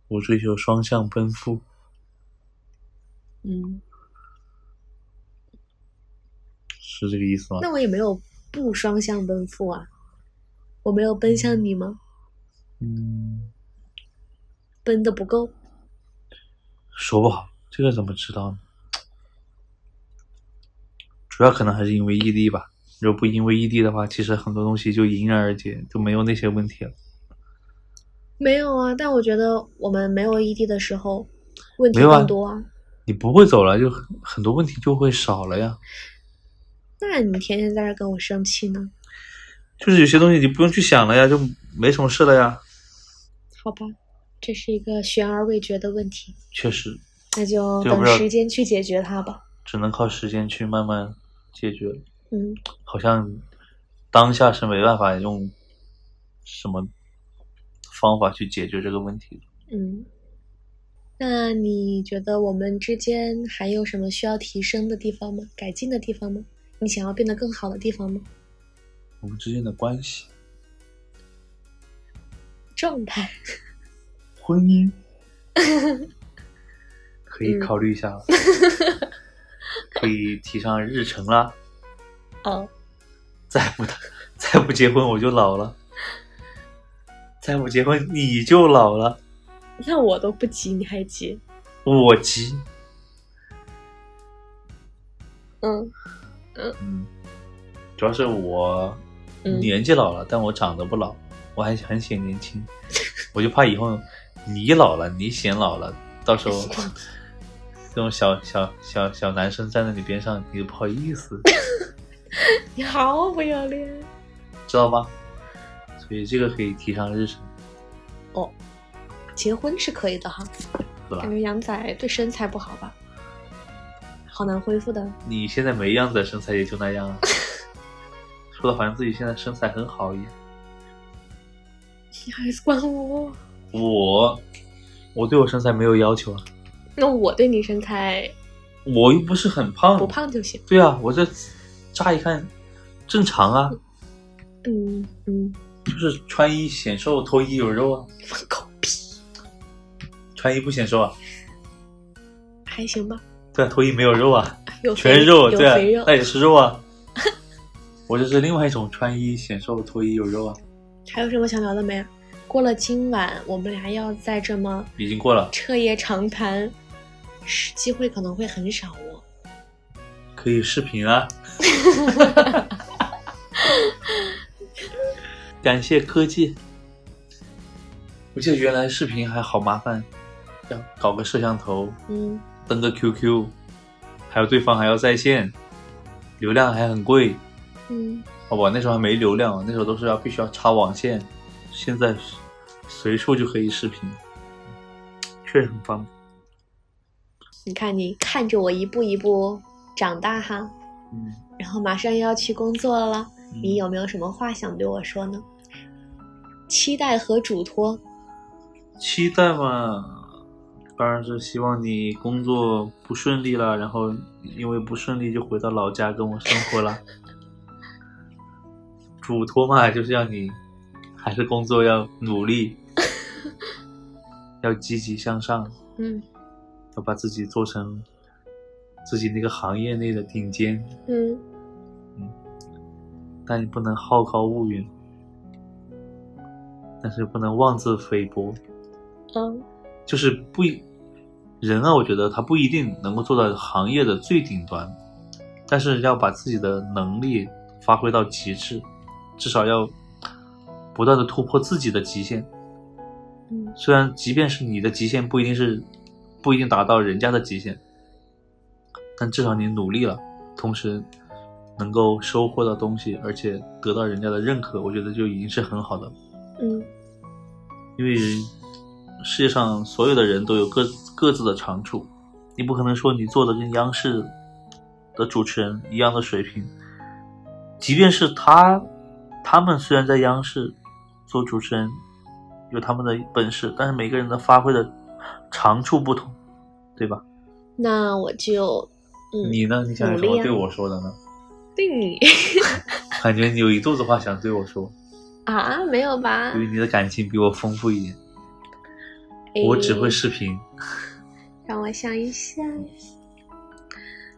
[SPEAKER 2] 我追求双向奔赴。
[SPEAKER 1] 嗯，
[SPEAKER 2] 是这个意思吗？
[SPEAKER 1] 那我也没有不双向奔赴啊，我没有奔向你吗？
[SPEAKER 2] 嗯，
[SPEAKER 1] 奔的不够，
[SPEAKER 2] 说不好，这个怎么知道呢？主要可能还是因为异地吧。如果不因为异地的话，其实很多东西就迎刃而解，就没有那些问题了。
[SPEAKER 1] 没有啊。但我觉得我们没有异地的时候，问题
[SPEAKER 2] 没有啊
[SPEAKER 1] 更多啊。
[SPEAKER 2] 你不会走了，就很很多问题就会少了呀。
[SPEAKER 1] 那你天天在这儿跟我生气呢？
[SPEAKER 2] 就是有些东西你不用去想了呀，就没什么事了呀。
[SPEAKER 1] 好吧，这是一个悬而未决的问题，
[SPEAKER 2] 确实，
[SPEAKER 1] 那就
[SPEAKER 2] 这个不
[SPEAKER 1] 等
[SPEAKER 2] 知道
[SPEAKER 1] 时间去解决它吧。
[SPEAKER 2] 只能靠时间去慢慢解决。
[SPEAKER 1] 嗯，
[SPEAKER 2] 好像当下是没办法用什么方法去解决这个问题了。
[SPEAKER 1] 嗯，那你觉得我们之间还有什么需要提升的地方吗？改进的地方吗？你想要变得更好的地方吗？ (laughs)
[SPEAKER 2] 我们之间的关系、
[SPEAKER 1] 状态，
[SPEAKER 2] 婚姻，可以考虑一下了， (laughs) 可以提上日程啦。
[SPEAKER 1] 哦，
[SPEAKER 2] 再不 (laughs) 再不结婚我就老了，再不结婚你就老了，
[SPEAKER 1] 那我都不急，你还急？
[SPEAKER 2] 我急。
[SPEAKER 1] 嗯
[SPEAKER 2] 嗯，主要是我
[SPEAKER 1] 嗯
[SPEAKER 2] 年纪老了，但我长得不老，我还很显年轻。我就怕以后你老了，你显老了，到
[SPEAKER 1] (laughs)
[SPEAKER 2] 时候这种小小小小男生站在你边上，你就不好意思，
[SPEAKER 1] 你好不要脸。
[SPEAKER 2] 知道吗？所以这个可以提上日程，
[SPEAKER 1] 结婚是可以的哈，
[SPEAKER 2] 是吧
[SPEAKER 1] 感？觉杨仔对身材不好吧？好难恢复的。
[SPEAKER 2] 你现在没样子，身材也就那样啊。说的好像自己现在身材很好一样。
[SPEAKER 1] 你还是管我？
[SPEAKER 2] 我，我对我身材没有要求啊，
[SPEAKER 1] 那我对你身材
[SPEAKER 2] 我又不是很胖，
[SPEAKER 1] 不胖就行。
[SPEAKER 2] 对啊，我这乍一看正常啊，
[SPEAKER 1] 嗯嗯，
[SPEAKER 2] 就是穿衣显瘦，脱衣有肉啊，
[SPEAKER 1] 放狗屁，
[SPEAKER 2] 穿衣不显瘦啊，
[SPEAKER 1] 还行吧？
[SPEAKER 2] 对啊，脱衣没有肉啊，
[SPEAKER 1] 有肥
[SPEAKER 2] 全肉，
[SPEAKER 1] 有
[SPEAKER 2] 对啊
[SPEAKER 1] 肥肉，，
[SPEAKER 2] 那也是肉啊。 (laughs) 我这是另外一种穿衣显瘦，脱衣有肉啊，
[SPEAKER 1] 还有什么想聊的没？啊过了今晚，我们俩要再这么
[SPEAKER 2] 已经过了，
[SPEAKER 1] 彻夜长谈，是机会可能会很少哦。
[SPEAKER 2] 可以视
[SPEAKER 1] (laughs)
[SPEAKER 2] 频啊。感谢科技，我记得原来视频还好麻烦，要搞个摄像头，
[SPEAKER 1] 嗯，
[SPEAKER 2] 登个 QQ，还有对方还要在线，流量还很贵。
[SPEAKER 1] 嗯，
[SPEAKER 2] 哦，我那时候还没流量，那时候都是要必须要插网线，现在随处就可以视频，确实很方便。
[SPEAKER 1] 你看你看着我一步一步长大哈，
[SPEAKER 2] 嗯，
[SPEAKER 1] 然后马上又要去工作了，
[SPEAKER 2] 嗯
[SPEAKER 1] 你有没有什么话想对我说呢？期待和嘱托，
[SPEAKER 2] 期待嘛？当然是希望你工作不顺利了，然后因为不顺利就回到老家跟我生活了。嘱托嘛，就是要你还是工作要努力，要积极向上，
[SPEAKER 1] 嗯
[SPEAKER 2] 要把自己做成自己那个行业内的顶尖。
[SPEAKER 1] 嗯，
[SPEAKER 2] 但你不能好高骛远，但是不能妄自菲薄，
[SPEAKER 1] 嗯
[SPEAKER 2] 就是不一人啊，我觉得他不一定能够做到行业的最顶端，但是要把自己的能力发挥到极致，至少要不断的突破自己的极限。
[SPEAKER 1] 嗯
[SPEAKER 2] 虽然即便是你的极限不一定是不一定达到人家的极限，但至少你努力了，同时能够收获到东西，而且得到人家的认可，我觉得就已经是很好的。
[SPEAKER 1] 嗯
[SPEAKER 2] 因为世界上所有的人都有各各自的长处，你不可能说你做的跟央视的主持人一样的水平，即便是他，他们虽然在央视做主持人有他们的本事，但是每个人的发挥的长处不同，对吧？
[SPEAKER 1] 那我就嗯
[SPEAKER 2] 你呢？你想有什
[SPEAKER 1] 努力啊
[SPEAKER 2] 么对我说的呢？
[SPEAKER 1] 对你 (laughs)
[SPEAKER 2] 感觉你有一肚子话想对我说，
[SPEAKER 1] 啊，没有吧
[SPEAKER 2] 因？为你的感情比我丰富一点，我只会
[SPEAKER 1] 哎
[SPEAKER 2] 视频。
[SPEAKER 1] 让我想一下，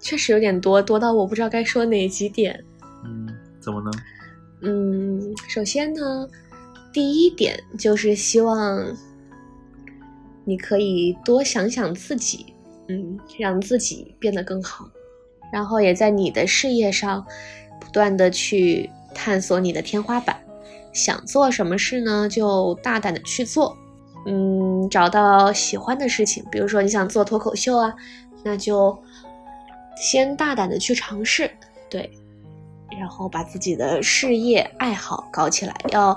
[SPEAKER 1] 确实有点多，多到我不知道该说哪几点。
[SPEAKER 2] 嗯，怎么呢？
[SPEAKER 1] 嗯，首先呢，第一点就是希望你可以多想想自己，嗯，让自己变得更好，然后也在你的事业上不断的去探索你的天花板，想做什么事呢，就大胆的去做。嗯，找到喜欢的事情，比如说你想做脱口秀啊，那就先大胆的去尝试，对，然后把自己的事业爱好搞起来，要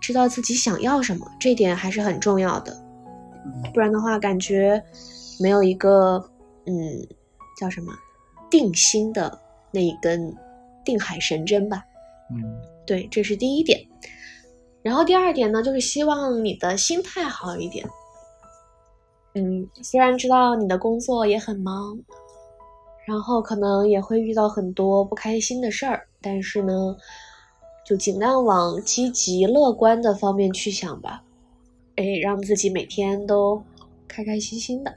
[SPEAKER 1] 知道自己想要什么，这点还是很重要的。不然的话，感觉没有一个嗯叫什么定心的那一根定海神针吧。
[SPEAKER 2] 嗯
[SPEAKER 1] 对，这是第一点。然后第二点呢，就是希望你的心态好一点。嗯，虽然知道你的工作也很忙，然后可能也会遇到很多不开心的事儿，但是呢，就尽量往积极乐观的方面去想吧。哎，让自己每天都开开心心的。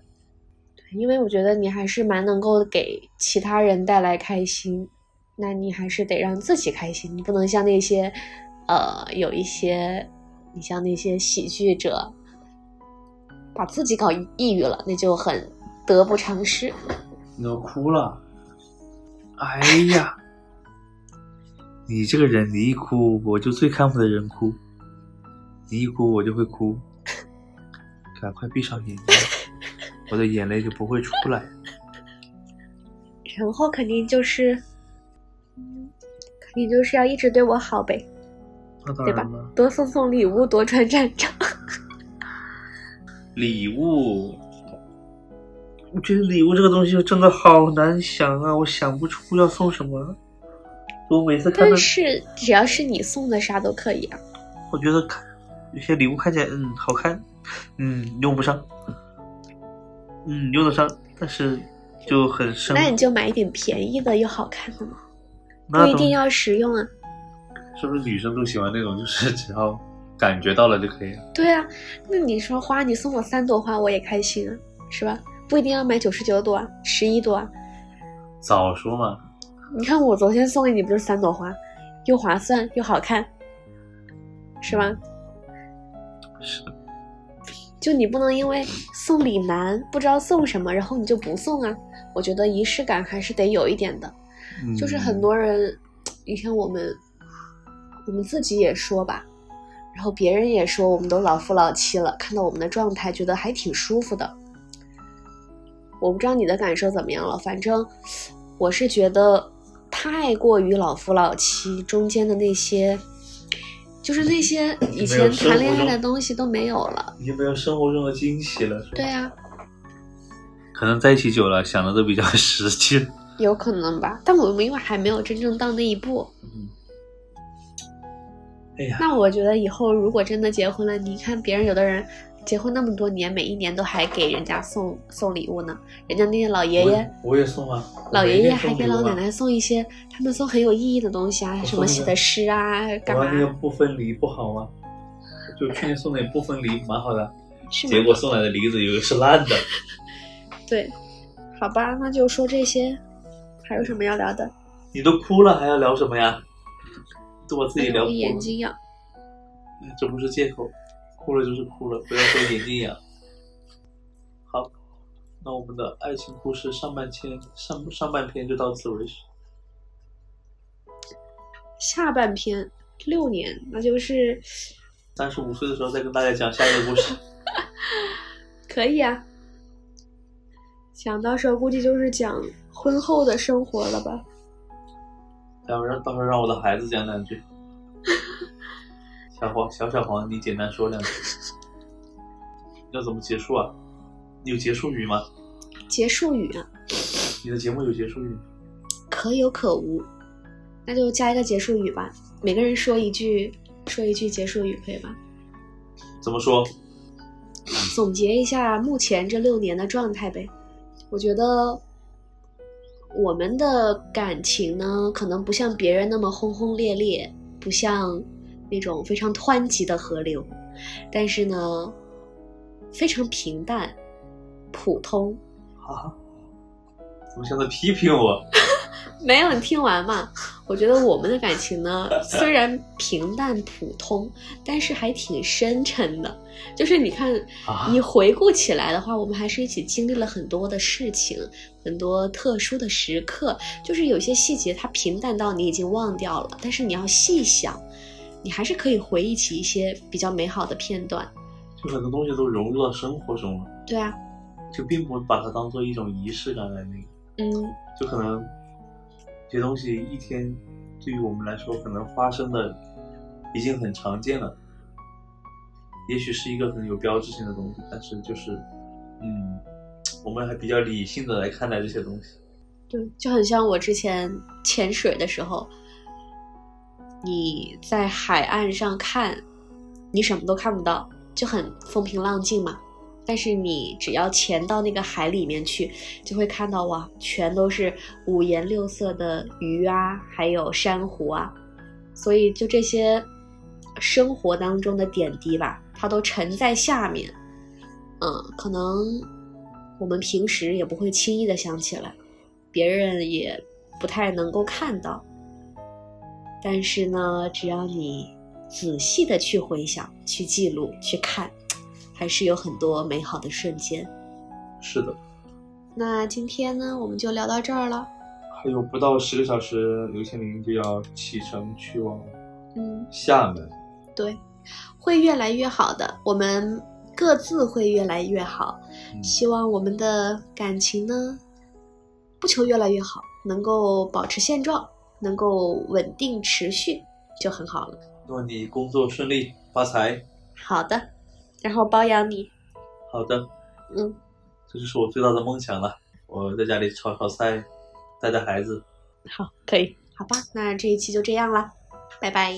[SPEAKER 1] 因为我觉得你还是蛮能够给其他人带来开心，那你还是得让自己开心，你不能像那些，呃，有一些，你像那些喜剧者，把自己搞抑郁了，那就很得不偿失。
[SPEAKER 2] 你都哭了，哎呀，你这个人，你一哭我就最看不得人哭，你一哭我就会哭，赶快闭上
[SPEAKER 1] (laughs)
[SPEAKER 2] 眼睛。我的眼泪就不会出来。
[SPEAKER 1] 然后肯定就是，肯定就是要一直对我好呗，
[SPEAKER 2] 那当
[SPEAKER 1] 对吧
[SPEAKER 2] 然了，？
[SPEAKER 1] 多送送礼物，多转转
[SPEAKER 2] (laughs)
[SPEAKER 1] 账。
[SPEAKER 2] 礼物，我觉得礼物这个东西真的好难想啊，我想不出要送什么。我每次看到
[SPEAKER 1] 但，是只要是你送的，啥都可以啊。
[SPEAKER 2] 我觉得看有些礼物看起来嗯好看，嗯用不上，嗯用得上，但是就很生。
[SPEAKER 1] 那你就买一点便宜的又好看的嘛，
[SPEAKER 2] 那
[SPEAKER 1] 不一
[SPEAKER 2] 东
[SPEAKER 1] 定
[SPEAKER 2] 西
[SPEAKER 1] 要实用啊。
[SPEAKER 2] 是不是女生都喜欢那种，就是只要感觉到了就可以了？
[SPEAKER 1] 对啊，那你说花，你送我三朵花，我也开心啊，是吧？不一定要买九十九朵啊，十一朵啊。
[SPEAKER 2] 早说嘛，
[SPEAKER 1] 你看我昨天送给你不是三朵花，又划算又好看，是吧？
[SPEAKER 2] 是
[SPEAKER 1] 就你不能因为送礼难，不知道送什么，然后你就不送啊。我觉得仪式感还是得有一点的。就是很
[SPEAKER 2] 嗯
[SPEAKER 1] 多人，你看我们，我们自己也说吧，然后别人也说，我们都老夫老妻了，看到我们的状态，觉得还挺舒服的。我不知道你的感受怎么样了，反正我是觉得太过于老夫老妻，中间的那些，就是那些以
[SPEAKER 2] 没
[SPEAKER 1] 前
[SPEAKER 2] 有生活
[SPEAKER 1] 谈恋爱的
[SPEAKER 2] 中
[SPEAKER 1] 东西都没有了。
[SPEAKER 2] 你有没有生活中的惊喜了？
[SPEAKER 1] 对啊，
[SPEAKER 2] 可能在一起久了，想的都比较 (laughs) 实际。
[SPEAKER 1] 有可能吧，但我们因为还没有真正到那一步。
[SPEAKER 2] 嗯，哎呀，
[SPEAKER 1] 那我觉得以后如果真的结婚了，你看别人有的人结婚那么多年，每一年都还给人家送送礼物呢，人家那些老爷爷、
[SPEAKER 2] 我也送啊，
[SPEAKER 1] 老爷爷还
[SPEAKER 2] 我每
[SPEAKER 1] 给
[SPEAKER 2] 天送
[SPEAKER 1] 老
[SPEAKER 2] 礼物啊
[SPEAKER 1] 奶。奶送一些，他们送很有意义的东西啊，
[SPEAKER 2] 我
[SPEAKER 1] 什
[SPEAKER 2] 送
[SPEAKER 1] 么
[SPEAKER 2] 那
[SPEAKER 1] 写
[SPEAKER 2] 个
[SPEAKER 1] 的诗啊，干
[SPEAKER 2] 我
[SPEAKER 1] 嘛
[SPEAKER 2] 妈那个不分梨不好吗？就去年送的也不分梨，蛮好的。
[SPEAKER 1] 是
[SPEAKER 2] (laughs) 结
[SPEAKER 1] 吗？
[SPEAKER 2] 果送来的梨子有一个是烂的。
[SPEAKER 1] 对，好吧，那就说这些，还有什么要聊的？
[SPEAKER 2] 你都哭了，还要聊什么呀？都把自己聊
[SPEAKER 1] 我
[SPEAKER 2] 哭
[SPEAKER 1] 眼
[SPEAKER 2] 了，哎
[SPEAKER 1] 睛痒，
[SPEAKER 2] 这不是借口，哭了就是哭了，不要说眼睛痒。好，那我们的爱情故事上半篇上上半篇就到此为止。
[SPEAKER 1] 下半篇六年，那就是
[SPEAKER 2] 三十五岁的时候再跟大家讲下一个故
[SPEAKER 1] (laughs)
[SPEAKER 2] 事。
[SPEAKER 1] 可以啊。想到时候估计就是讲婚后的生活了吧。
[SPEAKER 2] 待会儿让到时候让我的孩子讲两句。小黄，小小黄，你简单说两句。要怎么结束啊？你有结束语吗？
[SPEAKER 1] 结束语啊，
[SPEAKER 2] 你的节目有结束语？
[SPEAKER 1] 可有可无，那就加一个结束语吧。每个人说一句，说一句结束语，可以吧？
[SPEAKER 2] 怎么说？
[SPEAKER 1] 总结一下目前这六年的状态呗。我觉得我们的感情呢，可能不像别人那么轰轰烈烈，不像那种非常湍急的河流，但是呢，非常平淡、普通。
[SPEAKER 2] 啊？怎么像在批评我？
[SPEAKER 1] 没有，你听完嘛？我觉得我们的感情呢，虽然平淡普通，但是还挺深沉的。就是你看，
[SPEAKER 2] 啊？
[SPEAKER 1] 你回顾起来的话，我们还是一起经历了很多的事情，很多特殊的时刻。就是有些细节它平淡到你已经忘掉了，但是你要细想，你还是可以回忆起一些比较美好的片段。
[SPEAKER 2] 就很多东西都融入到生活中了，
[SPEAKER 1] 对啊，
[SPEAKER 2] 就并不把它当做一种仪式感来那个，
[SPEAKER 1] 嗯，
[SPEAKER 2] 就可能这些东西一天对于我们来说可能发生的已经很常见了，也许是一个很有标志性的东西，但是就是嗯，我们还比较理性的来看待这些东西。
[SPEAKER 1] 对，就很像我之前潜水的时候，你在海岸上看你什么都看不到，就很风平浪静嘛。但是你只要潜到那个海里面去，就会看到哇，全都是五颜六色的鱼啊，还有珊瑚啊。所以就这些生活当中的点滴吧，它都沉在下面。嗯，可能我们平时也不会轻易的想起来，别人也不太能够看到。但是呢，只要你仔细的去回想、去记录、去看，还是有很多美好的瞬间。
[SPEAKER 2] 是的，
[SPEAKER 1] 那今天呢，我们就聊到这儿了。
[SPEAKER 2] 还有不到十个小时，刘千林就要启程去往
[SPEAKER 1] 嗯，
[SPEAKER 2] 厦门。
[SPEAKER 1] 对，会越来越好的，我们各自会越来越好。
[SPEAKER 2] 嗯
[SPEAKER 1] 希望我们的感情呢，不求越来越好，能够保持现状，能够稳定持续就很好了。
[SPEAKER 2] 祝你工作顺利，发财。
[SPEAKER 1] 好的，然后包养你。
[SPEAKER 2] 好的，
[SPEAKER 1] 嗯，
[SPEAKER 2] 这就是我最大的梦想了。我在家里炒炒菜，带带孩子。
[SPEAKER 1] 好，可以，好吧，那这一期就这样啦，拜拜。